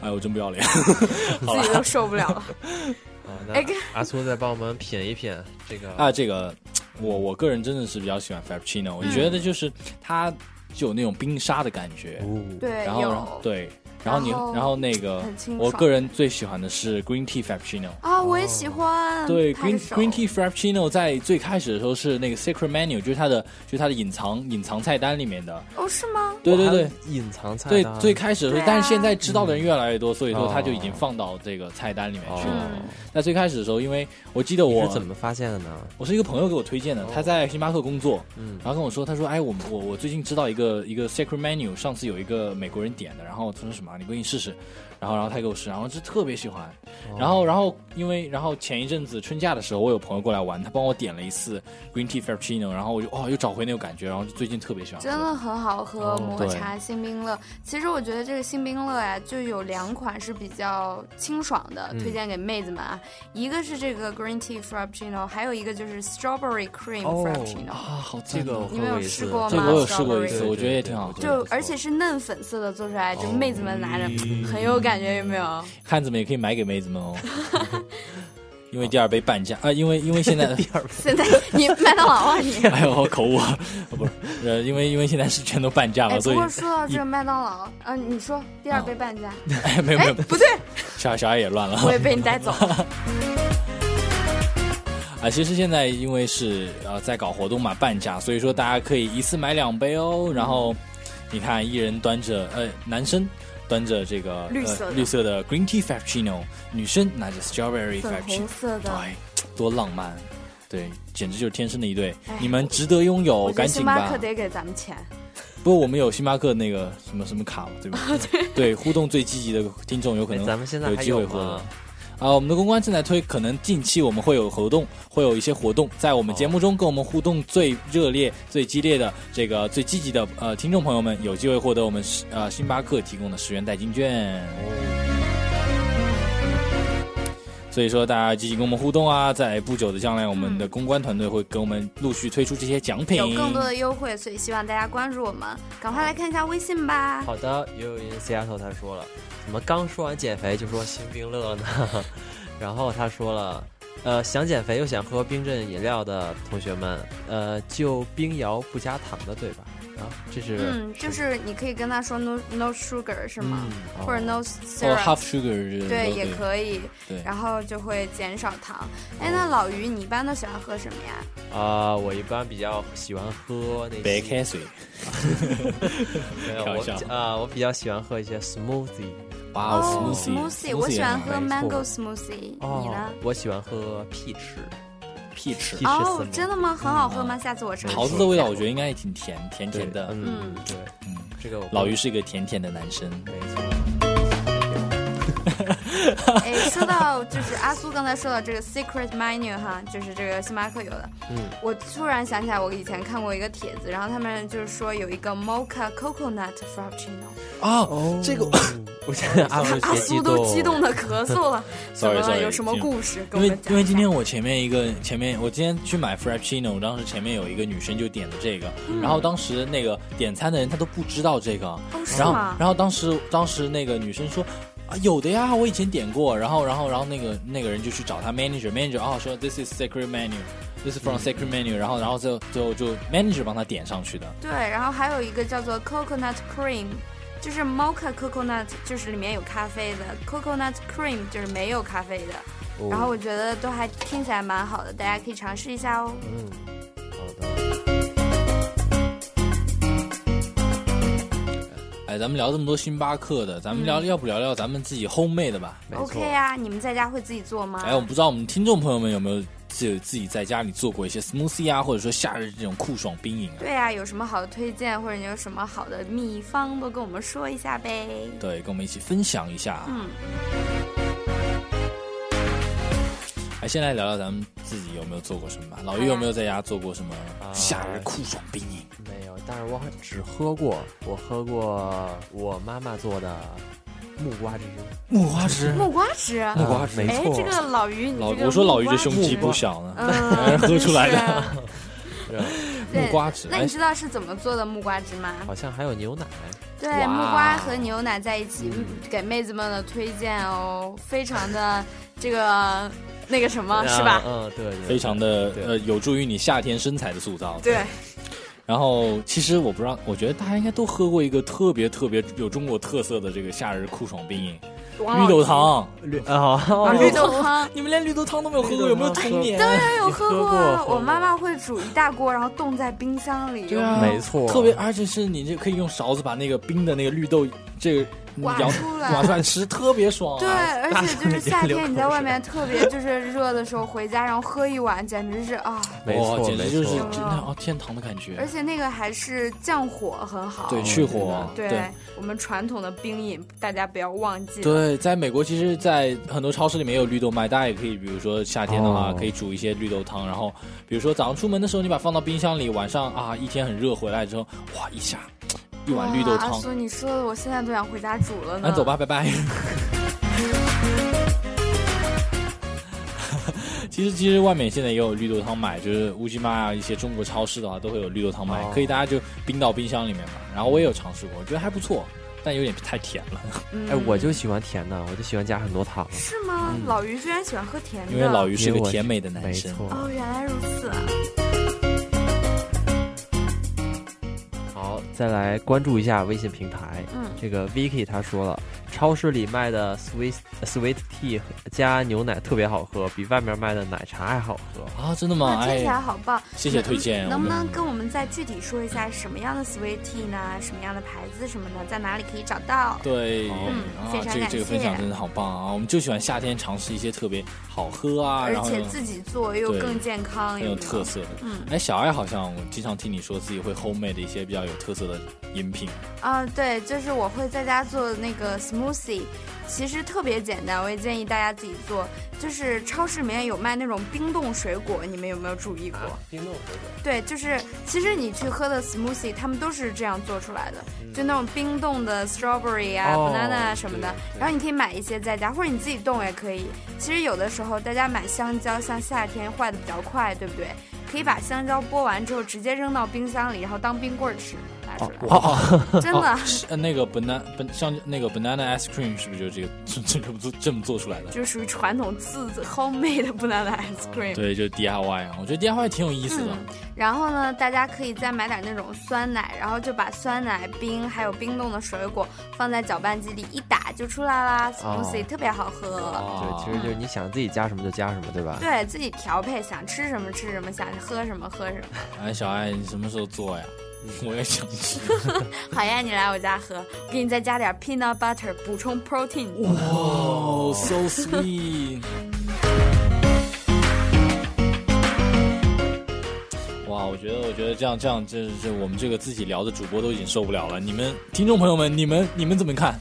S9: 哎，我真不要脸，好
S10: 自己
S9: 了
S10: 都受不了了。
S11: 啊，
S10: 哎
S11: 那
S10: 跟
S11: 阿苏再帮我们品一品这个
S9: 啊，这个我我个人真的是比较喜欢 Frappuccino，我
S10: 嗯
S9: 觉得就是它就有那种冰沙的感觉，
S10: 对
S9: 然
S10: 有
S9: 后对，然后你
S10: 然后
S9: 然后那个
S10: 很清爽
S9: 我个人最喜欢的是 Green Tea Frappuccino。
S10: 啊、我也喜欢。
S9: 对
S10: 拍着
S9: ，green
S10: 手
S9: green tea frappuccino 在最开始的时候是那个 secret menu，就是它的就是它的隐藏隐藏菜单里面的。
S10: 哦，是吗？
S9: 对对对
S11: 哇，隐藏菜
S9: 对
S11: 单，
S9: 最开始的时
S10: 对啊，
S9: 候但是现在知道的人越来越多，所以说
S11: 哦
S9: 它就已经放到这个菜单里面去了。
S10: 嗯，
S9: 那最开始的时候，因为我记得
S11: 你
S9: 我
S11: 是怎么发现的呢？
S9: 我是一个朋友给我推荐的，他在星巴克工作，
S11: 嗯
S9: 然后跟我说，他说，哎，我们我我最近知道一个一个 secret menu，上次有一个美国人点的，然后他说什么啊，你不信试试，然后然后他给我试，然后就特别喜欢，
S11: 哦
S9: 然后然后因为然后前一阵子春假的时候，我有朋友过来玩，他帮我点了一次 green tea frappuccino，然后我就哦又找回那种感觉，然后就最近特别喜欢喝，
S10: 真的很好喝，
S9: 哦
S10: 抹茶新冰乐。其实我觉得这个新冰乐呀、就有两款是比较清爽的，
S11: 嗯
S10: 推荐给妹子们啊。一个是这个 green tea frappuccino，还有一个就是 strawberry cream
S11: 哦
S10: frappuccino，、
S9: 啊，好赞
S11: 这个
S9: 啊
S11: 我
S10: 你
S11: 喝
S10: 们有
S11: 过一
S10: 试
S11: 次，
S10: 过
S9: 这
S10: 吗
S9: 个我有试过一
S10: 对
S9: 次，
S11: 对
S9: 我觉得也哦挺好喝。
S10: 就而且是嫩粉色的做出来，就妹子们拿着、很有感觉，有没有？
S9: 汉子们也可以买给妹子 们哦，因为第二杯半价啊，因为因 为现在
S10: 现在你麦当劳啊你。
S9: 哎呦，口误，啊，不是，呃，因为因为现在是全都半价
S10: 哎，
S9: 嘛，
S10: 不
S9: 所以
S10: 过说到这麦当劳，啊，你说第二杯半价，
S9: 哎，没有没
S10: 哎，
S9: 有，
S10: 不对，
S9: 小小孩也乱了
S10: 我也被你带走了。
S9: 啊。其实现在因为是呃在搞活动嘛，半价，所以说大家可以一次买两杯
S10: 嗯
S9: 哦。然后你看，一人端着呃男生。端着这个
S10: 绿色的
S9: 呃、绿色的 green tea frappuccino，女生拿着 strawberry
S10: 粉
S9: frappuccino，
S10: 红色的
S9: 对，哎多浪漫，对，简直就是天生的一对
S10: 哎，
S9: 你们值得拥有，
S10: 我觉得
S9: 赶
S10: 星
S9: 紧
S10: 巴克
S9: 吧。
S10: 得给咱们钱。
S9: 不过我们有星巴克那个什么什么卡嘛，对吧？
S10: 啊
S9: 对互动最积极的听众有可能
S11: 哎咱们现在
S9: 有
S11: 还
S9: 机会
S11: 有
S9: 获得
S11: 吗。
S9: 啊，我们的公关正在推，可能近期我们会有活动，会有一些活动，在我们节目中跟我们互动最热烈、最激烈的这个最积极的呃听众朋友们，有机会获得我们呃星巴克提供的十元代金券。所以说，大家积极跟我们互动啊！在不久的将来，我们的公关团队会跟我们陆续推出这些奖品，
S10: 有更多的优惠，所以希望大家关注我们，赶快来看一下微信吧。
S11: 好的，也有人 Seattle 他说了，怎么刚说完减肥就说新冰乐呢？ 然后他说了，呃，想减肥又想喝冰镇饮料的同学们，呃，就冰摇不加糖的，对吧？啊，这是
S10: 嗯，就是你可以跟他说 no no sugar 是吗？
S11: 嗯
S10: 或者 no
S9: 或者哦 half
S10: syrup，
S9: sugar 这
S10: 对，
S9: 种
S10: 也可以
S9: 对。
S10: 然后就会减少糖。哎，那老于，你一般都喜欢喝什么呀？
S11: 啊、我一般比较喜欢喝那
S9: 白
S11: 些，
S9: 开水，
S11: 没有
S9: 开玩
S11: 我
S9: 笑
S11: 啊、我比较喜欢喝一些 smoothie。
S9: 哇
S10: 哦
S9: 啊，smoothie，
S10: 我喜欢喝
S11: 没错
S10: mango smoothie，你
S11: 哦
S10: 呢？，
S11: 我喜欢喝 peach。
S9: peach，
S11: peach
S10: 哦，
S11: smoothie
S10: 真的吗？很好喝吗？下次我尝试。
S9: 嗯桃子的味道我觉得应该也挺甜，甜
S11: 对
S9: 甜的。
S11: 嗯，对，
S9: 嗯，
S11: 这个我
S9: 老于是一个甜甜的男生，
S11: 没错。
S10: 哎，说到就是阿苏刚才说到这个 secret menu 哈，就是这个星巴克有的。
S11: 嗯，
S10: 我突然想起来，我以前看过一个帖子，然后他们就是说有一个 mocha coconut frappuccino。
S9: 啊，这个
S11: 我觉得阿苏
S10: 阿苏都激动的 咳嗽了，怎么
S9: Sorry，
S10: 了？
S9: sorry，
S10: 有什么故事？
S9: 因
S10: 跟我
S9: 为
S10: 们讲
S9: 因为
S10: 一
S9: 今
S10: 下
S9: 天我前面一个前面我今天去买 frappuccino，我当时前面有一个女生就点的这个，
S10: 嗯
S9: 然后当时那个点餐的人他都不知道这个，
S10: 是
S9: 然后
S10: 吗
S9: 然后当时当时那个女生说。啊，有的呀，我以前点过，然后，然后，然后那个那个人就去找他 manager，manager 哦说 this is secret menu，this is
S10: 嗯
S9: from secret menu，、然后，然后最后最后就 manager 帮他点上去的，
S10: 对，然后还有一个叫做 coconut cream，就是 mocha coconut，就是里面有咖啡的；coconut cream 就是没有咖啡的。
S11: 哦
S10: 然后我觉得都还听起来蛮好的，大家可以尝试一下哦。
S11: 嗯，
S9: 哎，咱们聊这么多星巴克的，咱们聊、
S10: 嗯
S9: 要不聊聊咱们自己 homemade 的吧
S10: OK 呀、你们在家会自己做吗？
S9: 哎，我不知道我们听众朋友们有没有自自己在家里做过一些 smoothie 啊，或者说夏日这种酷爽冰饮啊。
S10: 对呀、有什么好的推荐，或者你有什么好的秘方，都跟我们说一下呗。
S9: 对，跟我们一起分享一下啊。
S10: 嗯，
S9: 哎，先来聊聊咱们自己有没有做过什么吧。老于有没有在家做过什么夏日酷爽冰饮？
S11: 没有，但是我很只喝过，我喝过我妈妈做的木瓜汁。
S9: 木瓜汁
S10: 木瓜汁，
S11: 木瓜汁没
S10: 哎，
S11: 错
S10: 这个老于，你
S9: 老，
S10: 这个
S9: 我说老于
S10: 木
S9: 这
S10: 瓜
S9: 胸
S10: 汁
S9: 肌不小呢，
S10: 嗯
S9: 还是 喝出来嗯的。
S10: 对
S9: 木瓜汁，
S10: 那
S9: 哎
S10: 你，知道是怎么做的木瓜汁吗？
S11: 好像还有牛奶。
S10: 对，
S11: 哇
S10: 木瓜和牛奶在一起，嗯给妹子们的推荐哦，非常的这个那个什么，啊是吧？
S11: 嗯，对对，
S9: 非常的呃，有助于你夏天身材的塑造。
S10: 对，
S9: 然后，其实我不知道，我觉得大家应该都喝过一个特别特别有中国特色的这个夏日酷爽冰饮
S10: 王
S9: ——绿
S10: 老
S9: 豆
S10: 吉
S9: 汤。
S11: 绿啊，
S10: 绿豆汤，
S9: 你们连绿豆汤都没有喝过，有没有童年？
S10: 当然有
S11: 你
S10: 喝
S11: 喝
S10: 过
S11: 过
S10: 啊，
S11: 喝
S10: 我妈妈会煮一大锅，然后冻在冰箱里。
S9: 对啊
S11: 没错
S9: 特别而且是你这可以用勺子把那个冰的那个绿豆这个
S10: 挖
S9: 摇
S10: 出来
S9: 挖出来吃，特别爽、啊。
S10: 对，而
S9: 大
S10: 且
S9: 家
S10: 就是
S9: 已经
S10: 夏
S9: 流
S10: 天你
S9: 口
S10: 在外
S9: 水
S10: 面特别就是热的时候回家，然后喝一碗，简直是啊！
S11: 没
S9: 哇
S11: 错
S9: 简直
S11: 没
S9: 就是
S11: 错
S9: 真的哦，天堂的感觉。
S10: 而且那个还是降火很好，
S11: 嗯
S9: 对，去火，啊
S10: 对我们传统的冰饮，大家不要忘记。
S9: 对，在美国，其实，在很多超市里面也有绿豆卖，大家也可以，比如说夏天的话，
S11: 哦
S9: 可以煮一些绿豆汤，然后，比如说早上出门的时候，你把它放到冰箱里，晚上啊一天很热，回来之后，哇一下一碗绿豆
S10: 哇阿
S9: 汤，哎
S10: 苏，你说的我现在都想回家煮了呢。
S9: 那走吧，拜拜。 其实，其实外面现在也有绿豆汤买，就是乌鸡妈啊，一些中国超市的话都会有绿豆汤买，
S11: 哦
S9: 可以大家就冰到冰箱里面嘛。然后我也有尝试过，我觉得还不错，但有点太甜了。
S10: 嗯，
S11: 哎，我就喜欢甜的，我就喜欢加很多糖。
S10: 是吗？老于居然喜欢喝甜的，
S9: 嗯因为老于是
S11: 因为
S9: 个
S11: 我
S9: 甜美的男
S11: 没
S9: 生。
S11: 错
S10: 哦，原来如此啊。
S11: 好，再来关注一下微信平台。
S10: 嗯
S11: 这个 Vicky 她说了，超市里卖的 sweet sweet tea 加牛奶特别好喝，比外面卖的奶茶还好喝。
S9: 啊，真的吗？
S10: 哇，听起来好棒！
S9: 谢谢推荐
S10: 能能不
S9: 我
S10: 能
S9: 们
S10: 跟我们再具体说一下什么样的 sweet tea 呢？什么样的牌子什么的，在哪里可以找到？
S9: 对，
S10: 嗯
S9: 啊
S10: 非，常
S9: 这个
S10: 感
S9: 这个分享
S10: 谢
S9: 真的好棒啊！我们就喜欢夏天尝试一些特别好喝啊，
S10: 而
S9: 然后
S10: 且
S9: 又
S10: 自己做又
S9: 对
S10: 更健康，
S9: 很
S10: 没
S9: 有特色的。
S10: 嗯
S9: 哎，小爱好像我经常听你说自己会 homemade 一些比较有特色的饮品，
S10: 啊，对，就是我会在家做那个 smoothie，其实特别简单，我也建议大家自己做。就是超市里面有卖那种冰冻水果，你们有没有注意过？
S11: 啊冰冻水
S10: 对，就是其实你去喝的 smoothie，他们都是这样做出来的，
S11: 嗯
S10: 就那种冰冻的 strawberry 啊、
S11: 哦
S10: banana 什么的。然后你可以买一些在家，或者你自己冻也可以。其实有的时候大家买香蕉，像夏天坏的比较快，对不对？可以把香蕉剥完之后直接扔到冰箱里，然后当冰棍儿吃，拿出来。真的啊
S9: 哦是呃那个 banana 像那个 banana ice cream 是不是就这个这这个做这么做出来的？
S10: 就属于传统自自 homemade 的 banana ice cream。
S9: 对，就是 DIY 啊，我觉得 DIY 挺有意思的。
S10: 然后呢，大家可以再买点那种酸奶，然后就把酸奶、冰还有冰冻的水果放在搅拌机里一打就出来啦
S11: 哦
S10: ，smoothie、特别好喝。
S9: 哦啊
S11: 对，其实就是你想自己加什么就加什么，对吧？
S10: 对自己调配，想吃什么吃什么，想喝什么喝什么。
S9: 哎，小爱，你什么时候做呀？ 我也想吃。
S10: 好呀，你来我家喝，我给你再加点 peanut butter 补充 protein。
S9: 哇，so 哦 sweet！哇，我觉得，我觉得这样这样，这这我们这个自己聊的主播都已经受不了了。你们听众朋友们，你们你们怎么看？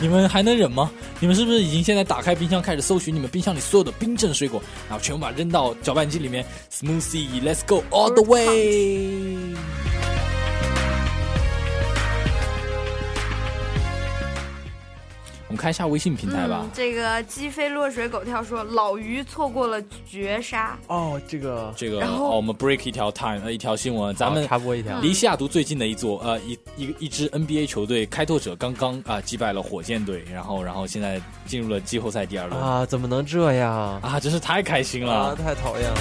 S9: 你们还能忍吗？你们是不是已经现在打开冰箱开始搜寻你们冰箱里所有的冰镇水果，然后全部把它扔到搅拌机里面，smoothie，let's go all the way！我们看一下微信平台吧。
S10: 嗯这个鸡飞落水狗跳说老于错过了绝杀，
S9: 哦，这个这个，
S10: 然后
S9: 哦我们 break 一条 time 呃一条新闻，咱们
S11: 插播一条
S9: 离西雅图最近的一座呃一一一支 NBA 球队开拓者刚刚啊、击败了火箭队，然后然后现在进入了季后赛第
S10: 嗯
S9: 二轮啊
S11: 啊，怎么能这样
S9: 真是太开心了，
S11: 啊？太讨厌了。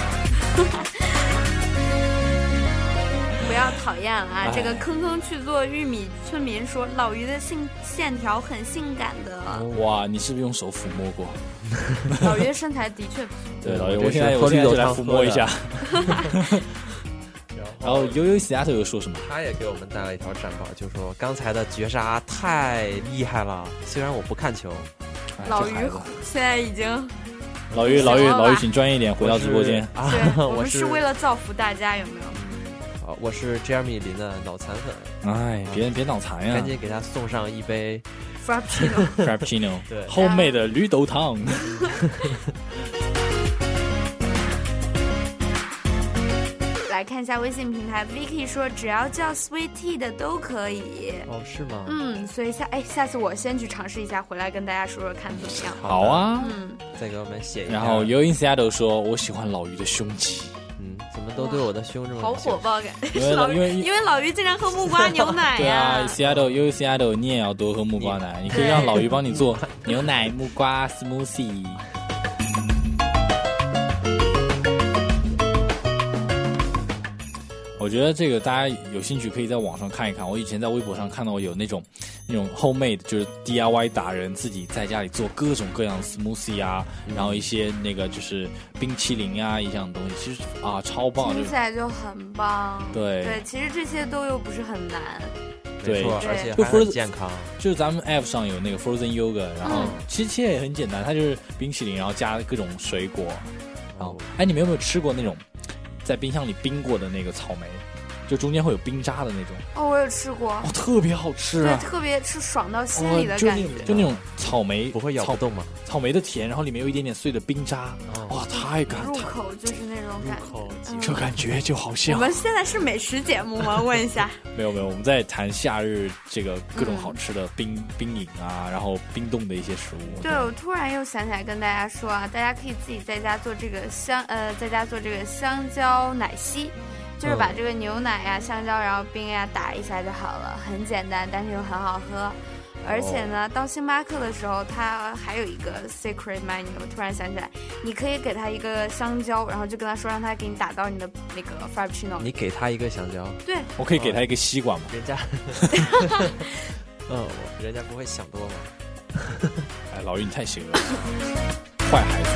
S10: 不要讨厌了啊
S11: 哎！
S10: 这个坑坑去做玉米村民说老于的性线条很性感
S11: 啊
S10: 的，
S9: 哇，你是不是用手抚摸过？
S10: 老于的身材的确不错。
S9: 对，
S11: 嗯
S9: 老
S11: 我
S9: 爷，
S11: 这
S9: 我现在
S11: 是
S9: 我
S11: 喝
S9: 现在
S11: 绿
S9: 就
S11: 豆
S9: 来
S11: 汤
S9: 抚
S11: 喝
S9: 摸一
S11: 的
S9: 下。 然后悠悠西雅图又说什么？
S11: 他也给我们带了一条战报，就说刚才的绝杀太厉害了。虽然我不看球，
S10: 老于现在已经，
S9: 哎老于，老于，
S10: 什么吧
S9: 老于，请专业一点，回到直播间。
S11: 啊
S10: 对，我
S11: 我
S10: 们是为了造福大家，有没有？
S11: 啊我是 Jeremy 林的脑残粉，
S9: 哎，别别脑残呀！
S11: 赶紧给他送上一杯
S10: Frappuccino，
S9: Frappuccino，
S11: 对
S9: 后妹的绿豆汤。
S10: 来看一下微信平台，Vicky 说只要叫 Sweet Tea 的都可以。
S11: 哦，是吗？
S10: 嗯，所以下哎，下次我先去尝试一下，回来跟大家说说看怎么样。
S9: 好啊。
S10: 嗯，
S11: 再给我们写一下。
S9: 然后悠悠西雅图说：“我喜欢老于的胸肌。
S11: 嗯，怎么都对我的胸这么
S10: 好火爆感，
S9: 嗯因为老
S10: 老于
S9: 因为
S10: 因为老于竟然喝木瓜牛奶
S9: 对
S10: 呀、
S9: 啊，西雅图，悠悠西雅图，你也要多喝木瓜奶，你可以让老于帮你做牛奶木瓜 smoothie。我觉得这个大家有兴趣可以在网上看一看。我以前在微博上看到有那种那种 homemade 就是 DIY 达人自己在家里做各种各样的 smoothie 啊，
S10: 嗯
S9: 然后一些那个就是冰淇淋啊一样的东西，其实啊超棒，就
S10: 听起来就很棒。
S9: 对
S10: 对，其实这些都又不是很难。
S11: 没
S9: 对
S11: 错，
S10: 对
S11: 而且
S9: 就
S11: 还很
S9: Frozen-
S11: 健康。
S9: 就是咱们 App 上有那个 Frozen Yoga，然后
S10: 嗯
S9: 其实其实也很简单，它就是冰淇淋，然后加各种水果，然后哎，你们有没有吃过那种在冰箱里冰过的那个草莓？就中间会有冰渣的那种，
S10: 哦，我有吃过，
S9: 哦，特别好吃
S10: 对，
S9: 啊！
S10: 特别是爽到心里
S9: 哦
S10: 的
S9: 就
S10: 感觉。
S9: 那种就那种草莓，
S11: 不会咬
S9: 草
S11: 不动吗？
S9: 草莓的甜，然后里面有一点点碎的冰渣，哇，太感
S10: 入
S9: 太
S10: 口就是那种感觉。
S9: 这感觉就好
S10: 我
S9: 像
S10: 们现在是美食节目吗？问一下。
S9: 没有没有，我们在谈夏日这个各种好吃的冰、冰饮啊，然后冰冻的一些食物。
S10: 对，我突然又想起来跟大家说啊，大家可以自己在家做这个香呃，在家做这个香蕉奶昔，就是把
S11: 嗯
S10: 这个牛奶呀、香蕉然后冰呀打一下就好了，很简单，但是又很好喝。而
S11: 哦
S10: 且呢，到星巴克的时候，它还有一个 secret menu，我突然想起来，你可以给他一个香蕉，然后就跟他说让他给你打到你的那个 frappuccino 里。
S11: 你给他一个香蕉，
S10: 对，
S9: 我可以给他一个西瓜吗？
S11: 人 家，嗯，我人家不会想多吗？
S9: 哎，老于你太邪恶了，坏孩子。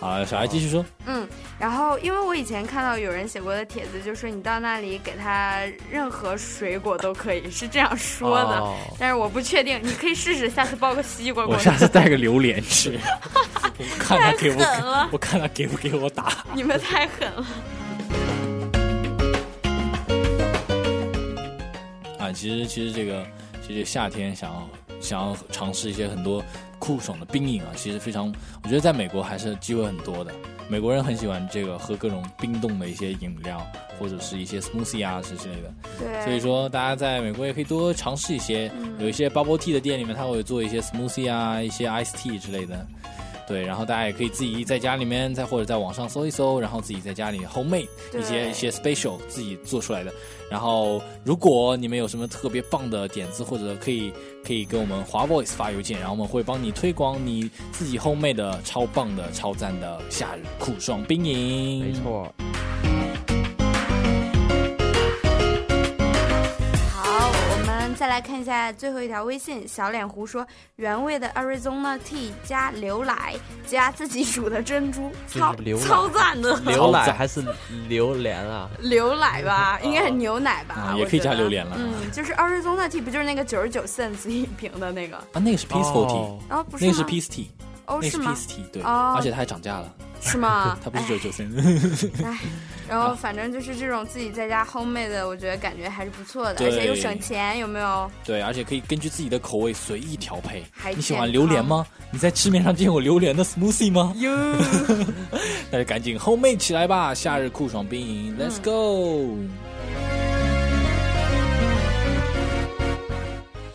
S9: 好，小孩继续说。
S10: 嗯，然后因为我以前看到有人写过的帖子，就说你到那里给他任何水果都可以，是这样说的，
S11: 哦
S10: 但是我不确定，你可以试试，下次抱个西瓜过
S9: 我
S10: 去
S9: 下。次带个榴莲去， 我看他给不
S10: 太狠了，
S9: 我看他给不给我打。
S10: 你们太狠了，
S9: 啊，其实其实这个其实夏天想要想要尝试一些很多酷爽的冰饮啊，其实非常，我觉得在美国还是机会很多的。美国人很喜欢这个喝各种冰冻的一些饮料，或者是一些 smoothie 啊之之类的。
S10: 对嗯
S9: 所以说大家在美国也可以多尝试一些，有一些 bubble tea 的店里面，它会有做一些 smoothie 啊，一些 ice tea 之类的。对，然后大家也可以自己在家里面，再或者在网上搜一搜，然后自己在家里 homemade
S10: 对
S9: 一些一些 special 自己做出来的。然后，如果你们有什么特别棒的点子，或者可以可以给我们华 voice 发邮件，然后我们会帮你推广你自己 homemade 的超棒的超赞的夏日酷爽冰饮。
S11: 没错，
S10: 好，我们再来看一下最后一条微信，小脸糊说原味的 Arizona tea 加牛奶加自己煮的珍珠，
S11: 就是
S10: 超
S11: 牛奶
S10: 超赞的
S11: 牛奶还是榴莲啊？
S10: 牛奶吧，应该是牛奶吧，
S9: 哦啊
S10: 我
S9: 也可以
S10: 觉得
S9: 加榴莲了
S10: 嗯，就是 Arizona tea 不就是那个九十九 cents 一瓶的那个？
S9: 啊，那个是 peaceful tea，、
S11: 哦
S10: 哦不是
S9: 那个是
S10: 吗
S9: peace tea，、
S10: 哦，
S9: 那个
S10: 是
S9: 是
S10: 吗
S9: peace？tea，对，
S10: 哦
S9: 而且它还涨价了，
S10: 是吗
S9: ？它不是
S10: 哎
S9: 只有九三。
S10: 然后反正就是这种自己在家 homemade 的，我觉得感觉还是不错的，
S9: 对
S10: 而且又省钱，有没有？
S9: 对，而且可以根据自己的口味随意调配
S10: 还。
S9: 你喜
S10: 健
S9: 欢榴莲
S10: 康
S9: 吗？你在市面上见过榴莲的 smoothie 吗？
S10: 哟，
S9: 那就赶紧 homemade 起来吧！夏日酷爽冰饮，Let's
S10: 嗯
S9: go！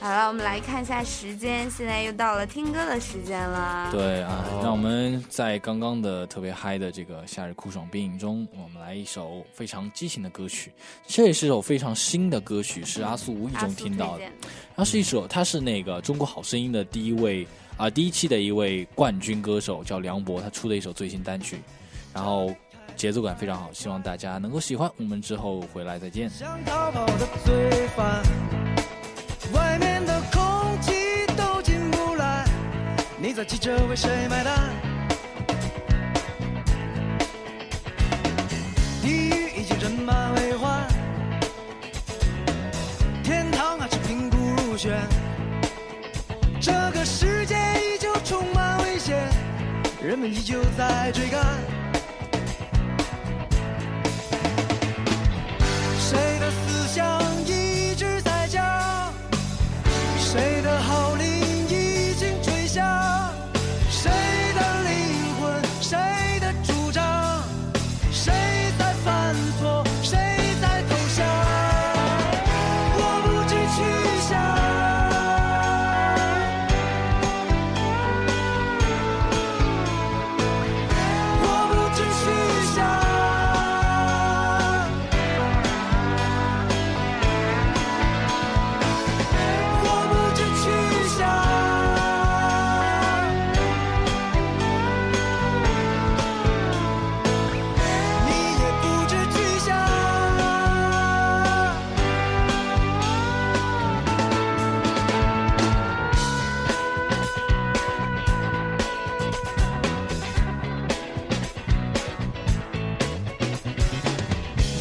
S10: 啊、好了，我们来看一下时间，现在又到了听歌的时间了。
S9: 对啊，那我们在刚刚的特别嗨的这个夏日酷爽电影中，我们来一首非常激情的歌曲，这也是首非常新的歌曲，是阿苏无意
S10: 阿
S9: 中
S10: 苏
S9: 听到
S10: 推
S9: 的
S10: 荐。
S9: 它是一首，它是那个《中国好声音》的第一位啊、第一期的一位冠军歌手叫梁博，他出的一首最新单曲，然后节奏感非常好，希望大家能够喜欢。我们之后回来再见。
S10: 嗯
S13: 像逃跑的罪犯，外面的空气都进不来，你在急着为谁买单？地狱已经人满为患，天堂还是评估入选，这个世界依旧充满危险，人们依旧在追赶。谁的思想一直在讲，谁的号令已经吹响，谁的灵魂，谁的主张，谁在犯错，谁在投降，我不知去向，我不知去向。我不知去向，你也不知去向。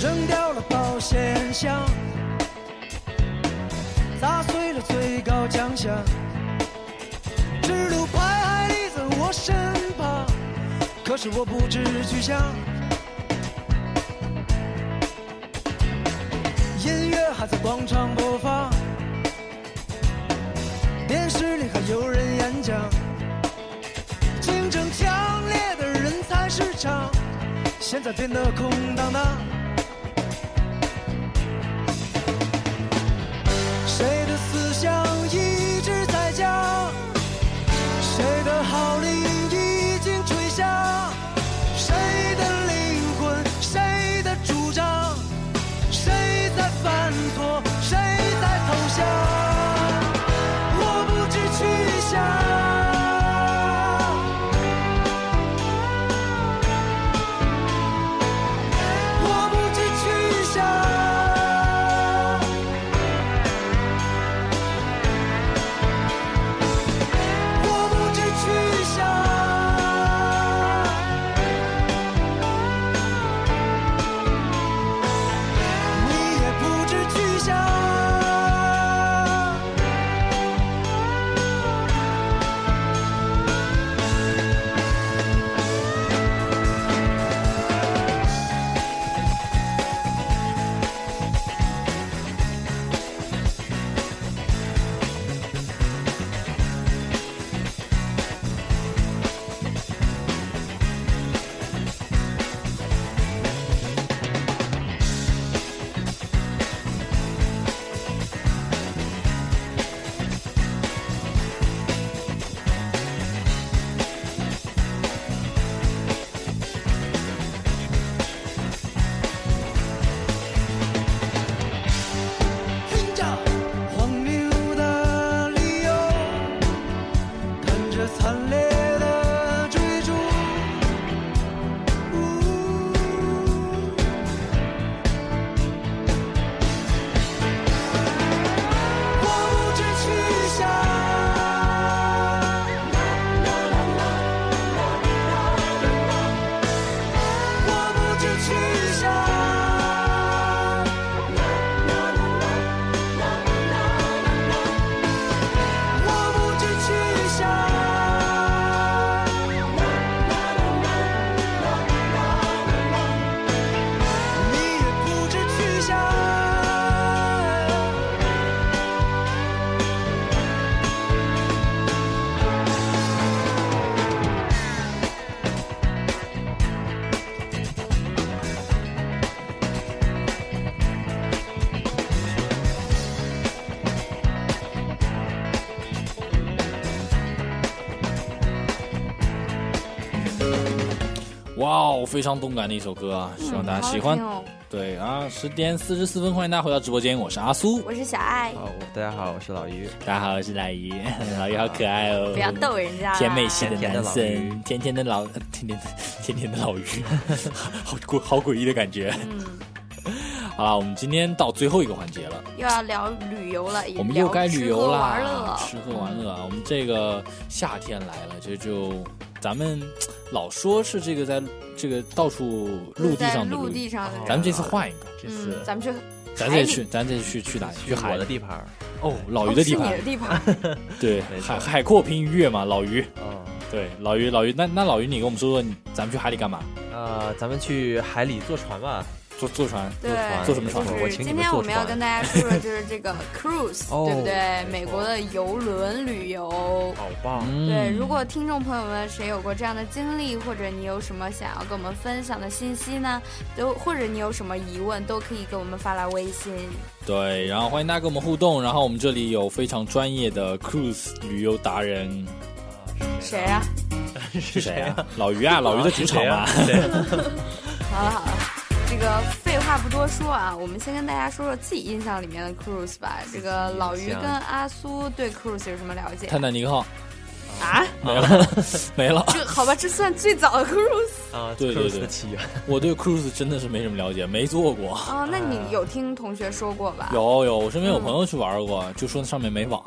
S13: 扔掉了保险箱。砸碎了最高奖项。指路牌还立在我身旁，可是我不知去向。音乐还在广场播放，电视里还有人演讲。竞争强烈的人才市场，现在变得空荡荡。谁的思想一直在讲，谁的号令已经吹响，谁的灵魂，谁的主张，谁在犯错，谁在投降，我不知去向，我不
S9: 哇哦，非常动感的一首歌啊，希望大家喜欢。
S10: 嗯好好听哦
S9: 对啊，十点四十四分，欢迎大家回到直播间，我是阿苏，
S10: 我是小爱，
S11: 好，大家好，我是老于。
S9: 大家好，我是老于，老于好可爱哦，
S10: 不要逗人家啦
S9: 甜美系的
S11: 甜甜的
S9: 男
S11: 老
S9: 生，甜甜的老， 甜甜的甜甜的老于， 好诡好诡异的感觉。
S10: 嗯，
S9: 好了，我们今天到最后一个环节了。
S10: 又要聊旅游了，也
S9: 我们又
S10: 聊
S9: 该
S10: 吃
S9: 旅
S10: 喝
S9: 游
S10: 玩乐
S9: 啦，，吃喝玩乐啊！我们这个夏天来了，这就咱们老说是这个在这个到处陆地上的
S10: 陆
S9: 旅游
S10: 地上的
S9: 咱们这次哦换一个，
S10: 嗯，咱们去，
S9: 咱这去，咱这去去哪里？去海
S11: 我的地盘儿
S9: 哦，老于的地
S10: 哦
S9: 盘
S10: 是你的，地 盘，
S9: 对，海海阔凭鱼跃嘛，老于，
S11: 嗯
S9: 对，老于老于，那那老于你跟我们说说，你咱们去海里干嘛？
S11: 呃，咱们去海里坐船吧，
S9: 坐坐船，
S10: 对
S11: 坐船，，
S9: 坐什么船
S10: 就
S11: 我
S10: 是
S11: 请你
S10: 今
S11: 们
S10: 天
S11: 坐
S10: 我们要
S11: 船
S10: 跟大家说的就是这个 cruise，
S11: 哦
S10: 对不对？美国的游轮旅游。
S11: 好棒！
S9: 嗯
S10: 对，如果听众朋友们谁有过这样的经历，或者你有什么想要跟我们分享的信息呢，都或者你有什么疑问，都可以给我们发来微信。
S9: 对，然后欢迎大家跟我们互动，然后我们这里有非常专业的 cruise 旅游达人，
S10: 谁啊？
S9: 是谁啊？老于啊，老于的啊主场嘛。
S10: 好了好了，这个废话不多说啊，我们先跟大家说说自己印象里面的 cruise 吧。这个老于跟阿苏对 cruise 有什么了解
S9: 泰坦尼克号
S10: 啊？
S9: 没了，没了。
S10: 这好吧，这算最早的 cruise
S11: 啊，
S9: 对对
S11: cruise
S9: 对
S11: 的起源，
S9: 我对 cruise 真的是没什么了解，没坐过。
S10: 哦。那你有听同学说过吧？
S9: 有有，我身
S10: 嗯
S9: 边有朋友去玩过，就说上面没网，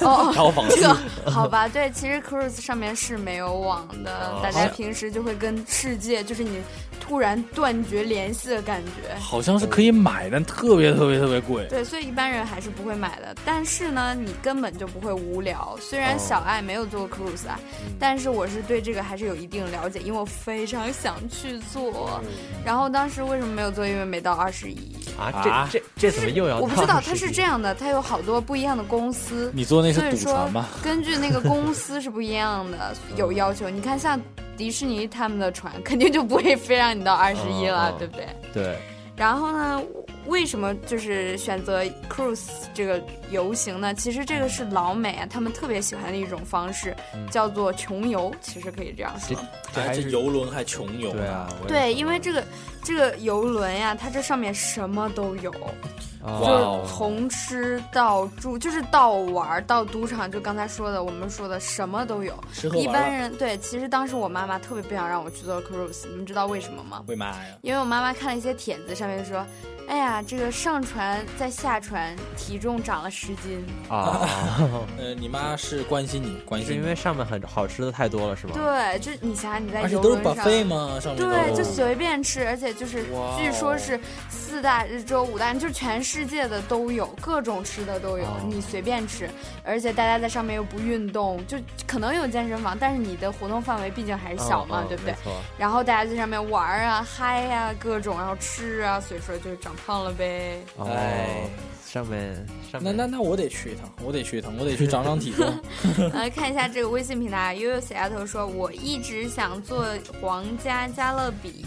S10: 哦，
S9: 然后网
S10: 这
S9: 速
S10: 个 好吧，对，其实 cruise 上面是没有网的
S9: 哦，
S10: 大家平时就会跟世界，就是你突然断绝联系的感觉。
S9: 好像是可以买，但特别特别特别贵。
S10: 对，所以一般人还是不会买的。但是呢，你根本就不会无聊。虽然小爱没有做过 cruise 啊，但是我是对这个还是有一定了解，因为我非常想去做。然后当时为什么没有做？因为没到二十一。
S11: 啊，这这这怎么又要？
S10: 我不知道它是这。样的，它有好多不一样的公司。
S9: 你坐那是
S10: 所以
S9: 赌船
S10: 说
S9: 吧
S10: 根据那个公司是不一样的，有要求。你看，像迪士尼他们的船，肯定就不会非让你到二十一了，
S11: 嗯嗯
S10: 对不对？
S9: 对，
S10: 然后呢，为什么就是选择 cruise 这个游行呢？其实这个是老美啊，他们特别喜欢的一种方式，叫做穷游，其实可以这样说。
S9: 这还是游轮还穷游。对
S11: 啊，
S10: 对，因为这个这个游轮呀、它这上面什么都有，
S11: 哇
S10: 就是从吃到住，就是到玩儿到赌场，就刚才说的，我们说的什么都有
S9: 吃。喝
S10: 一
S9: 玩
S10: 般
S9: 乐
S10: 人对，其实当时我妈妈特别不想让我去做 cruise，你们知道为什么吗？
S9: 为嘛呀？
S10: 因为我妈妈看了一些帖子，上面说，哎呀，这个上船再下船，体重长了十斤。
S11: 啊，
S9: 呃，你妈是关心你，关
S11: 是
S9: 心
S11: 因为上面很好吃的太多了，是吗？
S10: 对，就是你想想你在
S9: 而且
S10: 游
S9: 都是
S10: 轮
S9: buffet 吗？上面都
S10: 对，就随便吃，而且就是
S9: 哇哦
S10: 据说是四大洲、五大，就是全世界的都有，各种吃的都有，
S9: 哦
S10: 你随便吃。而且大家在上面又不运动，就可能有健身房，但是你的活动范围毕竟还是小
S9: 哦
S10: 嘛，
S11: 嗯嗯
S10: 对不对
S11: 没错？
S10: 然后大家在上面玩儿啊、嗨呀、各种，然后吃啊，所以说就长胖了 呗。
S11: 哎，上面上
S9: 那
S11: 面
S9: 那那我得去一趟，我得去一趟，我得去长长体重。
S10: 来看一下这个微信平台，悠悠小丫头说：“我一直想做皇家加勒比，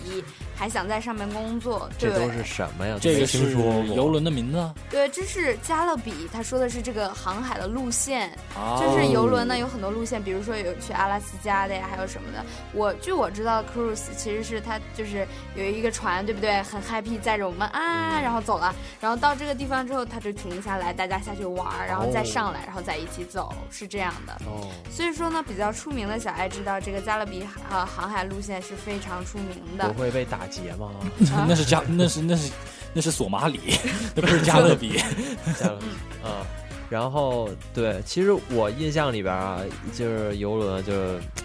S10: 还想在上面工作。”对
S11: 这，都是什么呀？
S9: 这
S11: 没
S9: 个
S11: 听
S9: 是
S11: 说过
S9: 游轮的名字啊，
S10: 对，这是加勒比，他说的是这个航海的路线，
S9: 哦
S10: 就是游轮呢有很多路线，比如说有去阿拉斯加的呀，还有什么的。我据我知道的，cruise 其实是它就是有一个船，对不对？很 happy 载着我们啊，然后走了，然后到这个地方之后，它就停下来，大家下去玩儿，然后再上来，然后再一起走，是这样的。
S11: 哦，
S10: 所以说呢，比较出名的小爱知道这个加勒比呃航海路线是非常出名的
S11: 不。会被打劫 吗？
S10: 啊
S9: 那是加，那是那是那是索马里， 那不是加 勒比。
S11: 加勒比啊。然后对，其实我印象里边啊，就是游轮啊就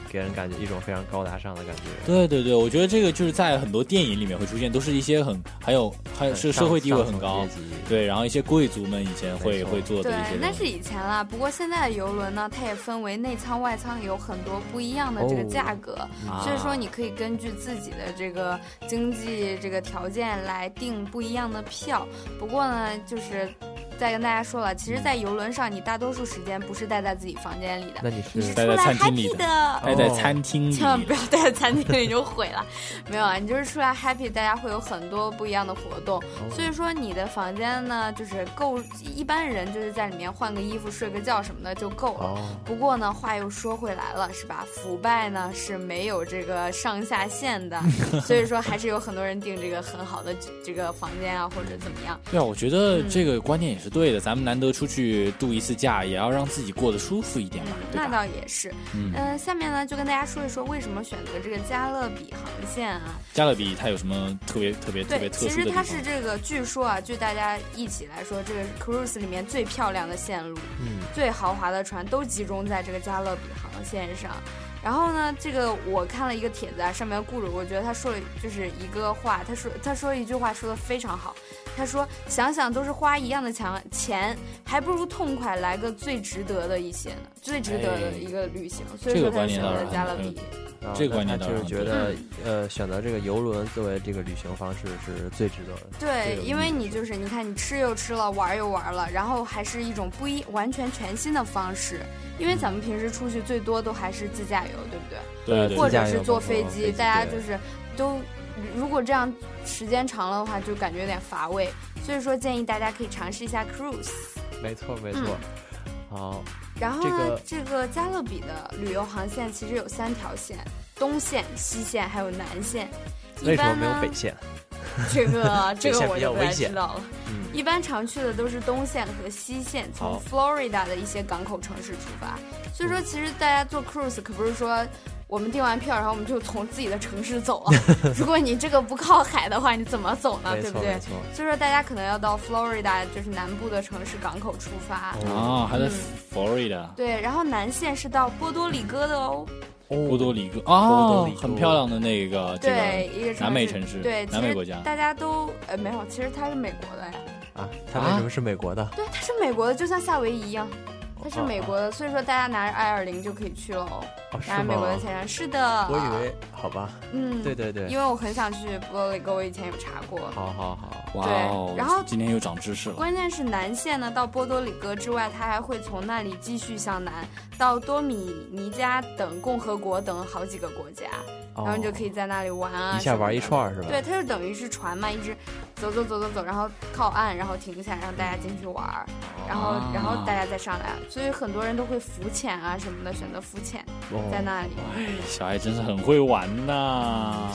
S11: 给人感觉一种非常高大上的感觉。
S9: 对对对，我觉得这个就是在很多电影里面会出现，都是一些很还有还有
S11: 很
S9: 是
S11: 上
S9: 社会地位很高
S11: 哎上层阶级，
S9: 对，然后一些贵族们以前会
S11: 没错
S9: 会做的
S10: 对
S9: 一些，
S10: 那
S9: 东
S10: 是
S9: 西。
S10: 以前啦。不过现在的游轮呢，它也分为内舱、外舱，有很多不一样的这个价格，
S9: 哦
S10: 所以说
S9: 啊
S10: 你可以根据自己的这个经济这个条件来定不一样的票。不过呢，就是。再跟大家说了，其实，在游轮上，你大多数时间不是待在自己房间里的，
S11: 那你是
S10: 你是出
S9: 待在
S10: 来
S9: 餐厅里
S10: happy
S9: 的，待
S11: 哦
S9: 在餐厅里
S10: 千万不要待在餐厅里就毁了。没有啊，你就是出来 happy，大家会有很多不一样的活动。所以说你的房间呢，就是够一般人就是在里面换个衣服、睡个觉什么的就够了。
S11: 哦
S10: 不过呢，话又说回来了，是吧？腐败呢是没有这个上下限的，所以说还是有很多人订这个很好的这个房间啊，或者怎么样。
S9: 对啊，我觉得
S10: 嗯
S9: 这个观念也是对的。咱们难得出去度一次假，也要让自己过得舒服一点嘛，嗯对
S10: 那
S9: 吧？
S10: 倒也是，
S9: 嗯
S10: 嗯、下面呢就跟大家说一说为什么选择这个加勒比航线啊？
S9: 加勒比它有什么特别特别特
S10: 对，
S9: 别特
S10: 其
S9: 殊的
S10: 实
S9: 地
S10: 它
S9: 方？
S10: 是这个，据说啊，据大家一起来说，这个 cruise 里面最漂亮的线路，
S11: 嗯
S10: 最豪华的船都集中在这个加勒比航线上。然后呢，这个我看了一个帖子啊，上面顾着，我觉得他说了就是一个话，他说他说一句话说的非常好，他说想想都是花一样的钱钱，还不如痛快来个最值得的一些呢，最值得的一个旅行。所以
S9: 哎这
S10: 说
S9: 个
S10: 他
S9: 观
S10: 选
S9: 念
S10: 择
S9: 当然
S10: 加勒
S9: 很有
S10: 比。
S11: 啊
S9: 这个观
S11: 那
S9: 念
S11: 他
S9: 当
S11: 就是
S9: 然很
S11: 觉
S9: 对
S11: 得，
S10: 嗯
S11: 呃，选择这个游轮作为这个旅行方式是最值得的。
S10: 对，因为
S11: 你
S10: 你就是你看，你吃又吃了，玩又玩了，然后还是一种不一完全全新的方式。因为咱们平时出去最多都还是自驾游，对不对？
S9: 对对
S10: 或者
S11: 自驾
S10: 是
S11: 游
S10: 坐
S11: 包括
S10: 飞
S11: 飞
S10: 机，
S11: 机
S10: 大家
S11: 对
S10: 就是都如果这样时间长了的话，就感觉有点乏味。所以说建议大家可以尝试一下 cruise。
S11: 没错没
S10: 嗯
S11: 错。好，
S10: 然后呢，
S11: 这
S10: 这个加勒比的旅游航线其实有三条线：东线、西线还有南线。一
S11: 为什么
S10: 般
S11: 没有
S10: 呢
S11: 北线？
S10: 这 个这
S11: 北
S10: 个
S11: 线
S10: 我
S11: 比
S10: 就
S11: 较
S10: 不
S11: 危
S10: 太
S11: 险嗯
S10: 知道了。一般常去的都是东线和西线，从
S11: 好嗯
S10: Florida 的一些港口城市出发。所以说，其实大家做 cruise 可不是说我们订完票，然后我们就从自己的城市 走啊。如果你这个不靠海的话，你怎么走呢？
S11: 没
S10: 啊对不
S11: 错
S10: 对
S11: 没错？
S10: 所以说，大家可能要到 Florida，就是南部的城市港口出发。
S11: 哦
S9: 啊，还在
S10: 嗯
S9: Florida，
S10: 对，然后南线是到波多黎各的哦。
S9: 波多黎各
S11: 波
S9: 啊
S11: 多黎，各
S9: 很漂亮的那个这
S10: 对，一个
S9: 个南美城市，
S10: 对，
S9: 南
S10: 其
S9: 美
S10: 实
S9: 国家。
S10: 大家都呃没有，其实它是美国的呀。
S11: 啊，它为什么是美国的？
S10: 对，它是美国的，就像夏威夷一样，它是
S11: 啊
S10: 美国的，所以说大家拿着 I 二零就可以去了哦，
S11: 哦，是
S10: 拿着美
S11: 吗
S10: 国的签证。是的，
S11: 我以为好吧。
S10: 嗯
S11: 对对对。
S10: 因为我很想去波多黎各，我以前有查过。
S11: 好好好，
S9: 哇
S10: 对
S9: 哦，
S10: 然后
S9: 今天又长知识了。
S10: 关键是南线呢，到波多黎各之外，它还会从那里继续向南，到多米尼加等共和国等好几个国家，
S11: 哦
S10: 然后你就可以在那里玩啊，
S11: 一下玩一串儿是吧
S10: 对，它就等于是船嘛，一直走走走走走，然后靠岸，然后停下，然后大家进去玩儿，然后
S11: 哦
S10: 然后大家再上来，所以很多人都会浮潜啊什么的，选择浮潜
S11: 哦
S10: 在那里。
S9: 小爱真是很会玩呐、
S10: 嗯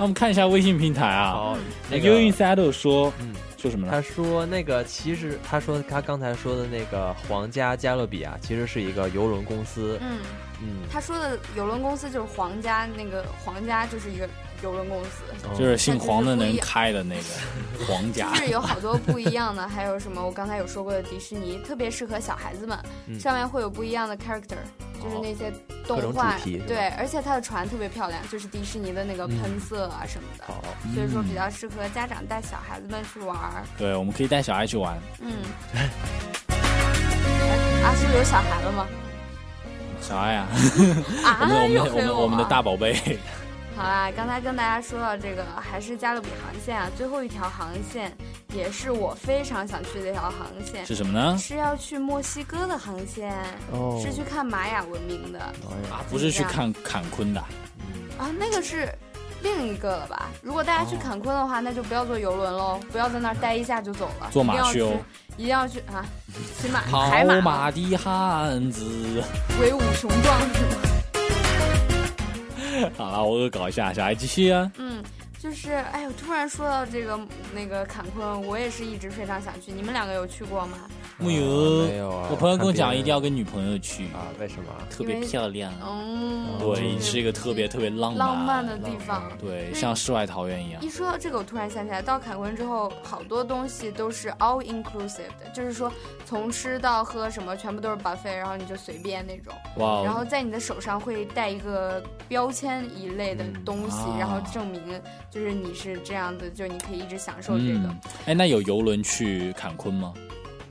S9: 那我们看一下微信平台啊
S11: 好，那
S9: ，U
S11: 个嗯
S9: i n s i d e 说，说什么
S11: 他
S9: 呢？
S11: 说那个其实他说他刚才说的那个皇家加勒比啊，其实是一个游轮公司。
S10: 嗯，
S11: 嗯，
S10: 他说的邮轮公司就是皇家那个皇家就是一个邮轮公 司，
S11: 嗯
S9: 就是姓黄的
S10: 那就是
S9: 能
S10: 不一样
S9: 开的那 个皇家
S10: 就，是有好多不一样的，还有什么我刚才有说过的迪士尼，特别适合小孩子们，
S11: 嗯哦
S10: 上面会有不一样的 character，就是那些动
S11: 各
S10: 画
S11: 种主题是吧，嗯
S10: 对，而且它的船特别漂亮，就是迪士尼的那个喷色啊什么的，
S11: 好，
S10: 所以说比较适合家长带小孩子们去玩儿。
S9: 对，我们可以带小爱去玩。
S10: 嗯，哎阿叔有小孩了吗？
S9: 小爱啊，
S10: 啊
S9: 我们的 我们
S10: 又
S9: 的我们
S10: 黑
S9: 的
S10: 我
S9: 我们的
S10: 啊
S9: 大宝贝，
S10: 好啦，刚才跟大家说到这个，还是加勒比航线啊，最后一条航线也是我非常想去的一条航线
S9: 是什么呢
S10: 是要去墨西哥的航线，
S11: 哦
S10: 是去看玛雅文明的
S9: 啊，不是去看坎昆的，
S10: 啊，那个是另一个了吧？如果大家去
S9: 哦
S10: 坎昆的话，那就不要坐游轮喽，不要在那儿待一下就走了，
S9: 坐马去哦
S10: 一定要去，一定要去啊，骑 马、
S9: 跑
S10: 海马、
S9: 马的汉子。
S10: 威武雄壮是吗？
S9: 好了，我恶搞一下，小爱继续啊。
S10: 嗯， 就是哎呦，突然说到这个那个坎昆，我也是一直非常想去。你们两个有去过吗？
S9: 木有，
S11: 没有啊
S9: 我朋友跟我
S11: 看别
S9: 讲，
S11: 人
S9: 一定要跟女朋友去，
S11: 啊，为什么啊？
S9: 特别
S10: 因为
S9: 漂亮。
S10: 嗯，
S9: 对，是一个特别特别浪漫
S10: 浪漫的地方。
S9: 对，像世外桃源一样
S10: 一。说到这个，我突然想起来，到坎昆之后，好多东西都是 all inclusive 的，就是说从吃到喝什么全部都是 buffet，然后你就随便那种。
S9: 哇哦
S10: 然后在你的手上会带一个标签一类的东西，
S9: 啊
S10: 然后证明就是你是这样的，就你可以一直享受这个。
S9: 嗯，哎，那有游轮去坎昆吗？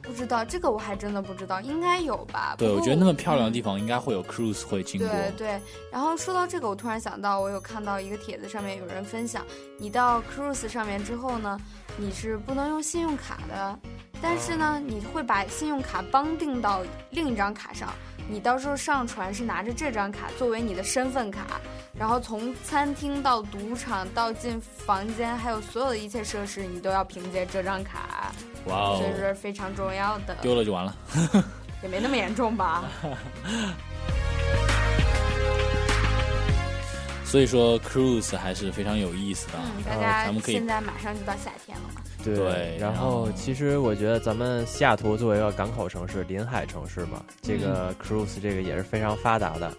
S10: 不知道这个我还真的不知道，应该有吧？
S9: 对，
S10: 不
S9: 我
S10: 过
S9: 觉得那么漂亮的地方应该会有 cruise 会经过。
S10: 哦嗯对对，然后说到这个，我突然想到，我有看到一个帖子，上面有人分享，你到 Cruise 上面之后呢，你是不能用信用卡的，但是
S9: 哦
S10: 呢，你会把信用卡绑定到另一张卡上，你到时候上传是拿着这张卡作为你的身份卡，然后从餐厅到赌场到进房间，还有所有的一切设施，你都要凭借这张卡。
S9: 哇哦
S10: 所以说非常重要的。
S9: 丢了就完了。
S10: 也没那么严重吧？
S9: 所以说 cruise 还是非常有意思的啊，
S10: 嗯，大
S9: 然后
S10: 家
S9: 咱们可以
S10: 现在马上就到夏天了嘛。
S11: 对，
S9: 对
S11: 然后其实我觉得咱们西雅图作为一个港口城市、临海城市嘛，这个 cruise 这个也是非常发达的。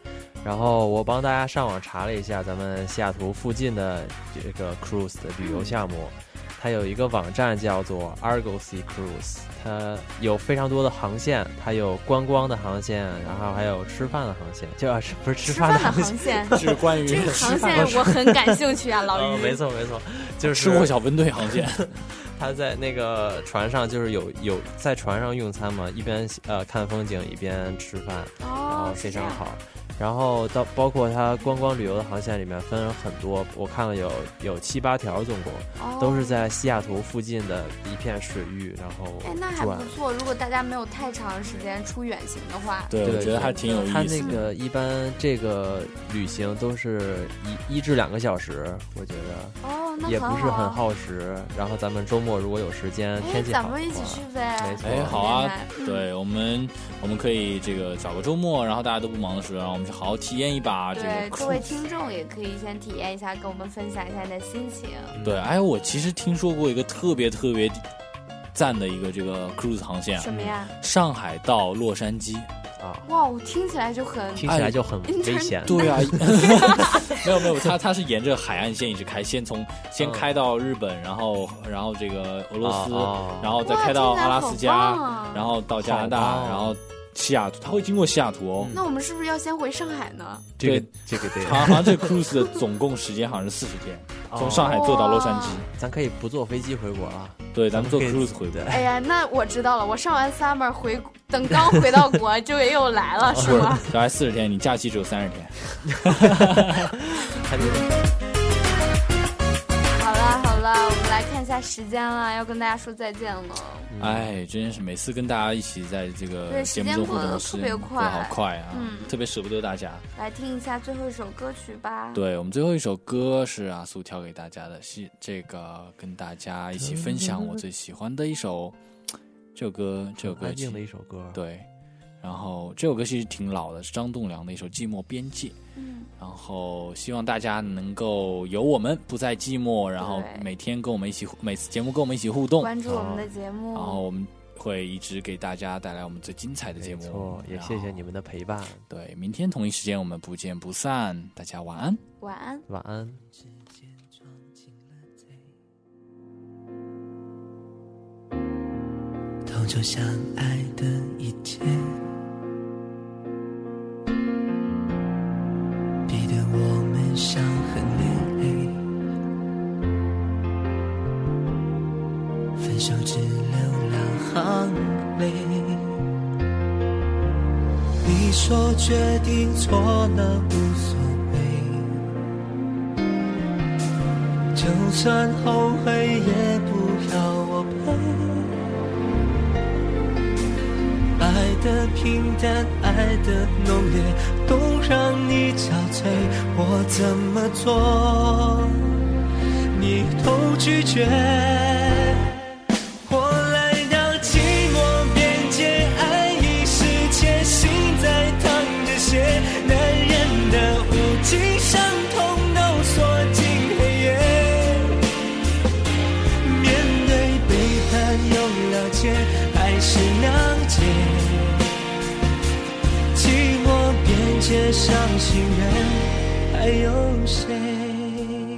S11: 然后我帮大家上网查了一下咱们西雅图附近的这个 cruise 的旅游项目，它有一个网站叫做 Argo Sea Cruise，它有非常多的航线，它有观光的航线，然后还有吃饭的航线，就啊是不是吃
S10: 吃饭的
S11: 的航
S10: 航 线
S11: 这
S10: 是关于这个航线我很感兴趣 啊老于
S11: 哦没错没错，就是
S9: 吃货小分队航线。
S11: 他在那个船上就是有有在船上用餐嘛，一边呃看风景一边吃饭，
S10: 哦
S11: 然后哦非常好。然后到包括它观光旅游的航线里面分了很多，我看了有有七八条总共，
S10: 哦
S11: 都是在西雅图附近的一片水域，然后
S10: 哎，那还
S11: 转
S10: 不。错。如果大家没有太长时间出远行的话，
S11: 对，它
S10: 的
S11: 那个一般这个旅行都是一一至两个小时，我觉得
S10: 哦那
S11: 也
S10: 很
S11: 不是
S10: 好
S11: 很
S10: 啊
S11: 耗时。然后咱们周末如果有时间，
S10: 哎
S11: 天，气好
S10: 咱
S11: 的话，
S10: 们一起去呗。
S11: 没错
S9: 哎，好啊，
S10: 嗯
S9: 对我们，我们可以这个找个周末，然后大家都不忙的时候，然后我们去好好体验一把这个
S10: 对，各位
S9: cruise。
S10: 听众也可以先体验一下，跟我们分享一下你的心情。
S11: 嗯
S9: 对，哎，我其实听说过一个特别特别赞的一个这个 cruise 航线，啊
S10: 什么呀
S11: 嗯
S9: 上海到洛杉 矶
S11: 啊，
S10: 哇，我听起来就很哎
S11: 听起来就很危险
S9: 哎对啊，没有没有，它它是沿着海岸线一直开，先从先开到日本，然后然后这个俄罗斯，
S11: 哦哦
S9: 然后再开到阿拉斯
S10: 哇
S9: 加，
S10: 听起来好棒啊
S9: 然后到加拿大，
S11: 好棒啊
S9: 然后西雅图，它会经过西雅图哦。
S10: 那我们是不是要先回上海呢？
S9: 这个
S11: 这个 对，
S9: 好像好像这个 cruise 的总共时间好像是四十天，
S11: 哦
S9: 从上海坐到洛杉矶
S10: 哇，
S11: 咱可以不坐飞机回国啊。
S9: 对，咱们坐 cruise 回国。
S10: 哎呀，那我知道了，我上完 summer 回，等刚回到国就又来了，是 吗？？
S9: 小孩四十天，你假期只有三十 天。
S10: 好了好了，我们来看一下时间了，要跟大家说再见了。
S9: 哎，真是每次跟大家一起在这个
S10: 对时
S9: 节目
S10: 间
S9: 中互
S10: 过得
S9: 动，
S10: 都
S9: 时
S10: 特别
S9: 间过得好
S10: 快
S9: 快啊，
S10: 嗯
S9: 特别舍不得大家。
S10: 来听一下最后一首歌曲吧。
S9: 对我们最后一首歌是阿苏挑给大家的，是这个跟大家一起分享我最喜欢的一首，这首歌，这首歌
S11: 安静
S9: 其
S11: 的一首歌
S9: 对，然后这首歌其实挺老的，是张栋梁的一首《寂寞边界》。
S10: 嗯，
S9: 然后希望大家能够有我们不再寂寞，然后
S10: 对
S9: 每天跟我们一起互，每次节目跟我们一起互动，
S10: 关注我们的节目
S9: 然后我们会一直给大家带来我们最精彩的节目。
S11: 没错也谢谢你们的陪伴。
S9: 对，明天同一时间我们不见不散，大家晚安，
S10: 晚安。
S11: 晚安。
S14: 偷走相爱的一切，逼得我们伤痕累累。分手只流浪行泪。你说决定错了无所谓，就算后悔也不要我陪。爱的平淡，爱的浓烈，都让你憔悴。我怎么做，你都拒绝。我来到寂寞边界，爱已世界，心在淌着血，男人的无尽伤痛都锁进黑夜。面对背叛又了解，爱是谅解。寂寞边界，伤心人还有谁？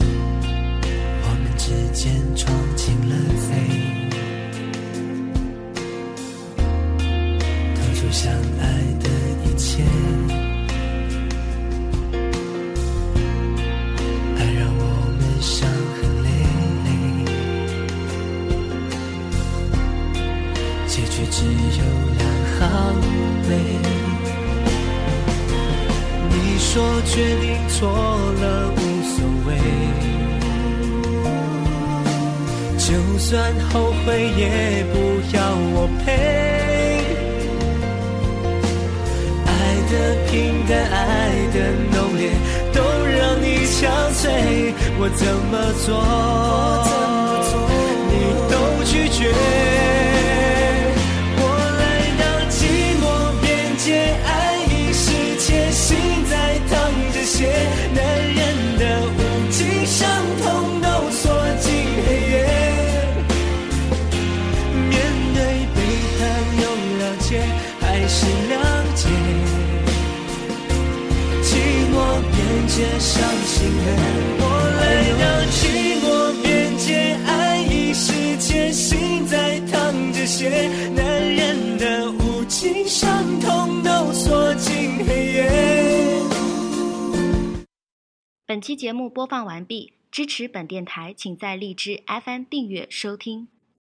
S14: 我们之间闯进了贼。掏出相爱的一切，爱让我们伤痕累累，结局只有两抗累。你说决定错了无所谓，就算后悔也不要我陪。爱的平淡，爱的浓烈，都让你憔悴，我怎么做，你都拒绝。我来到寂寞边界，爱已失窃，心在淌着血，男人的无尽伤痛都锁进黑夜。面对背叛又了解，还是了解。寂寞边界，伤心的我来到寂寞边界，爱已世界，心在淌着血，男人的无情伤痛都锁进黑夜。
S15: 本期节目播放完毕，支持本电台，请在荔枝 FM 订阅收听。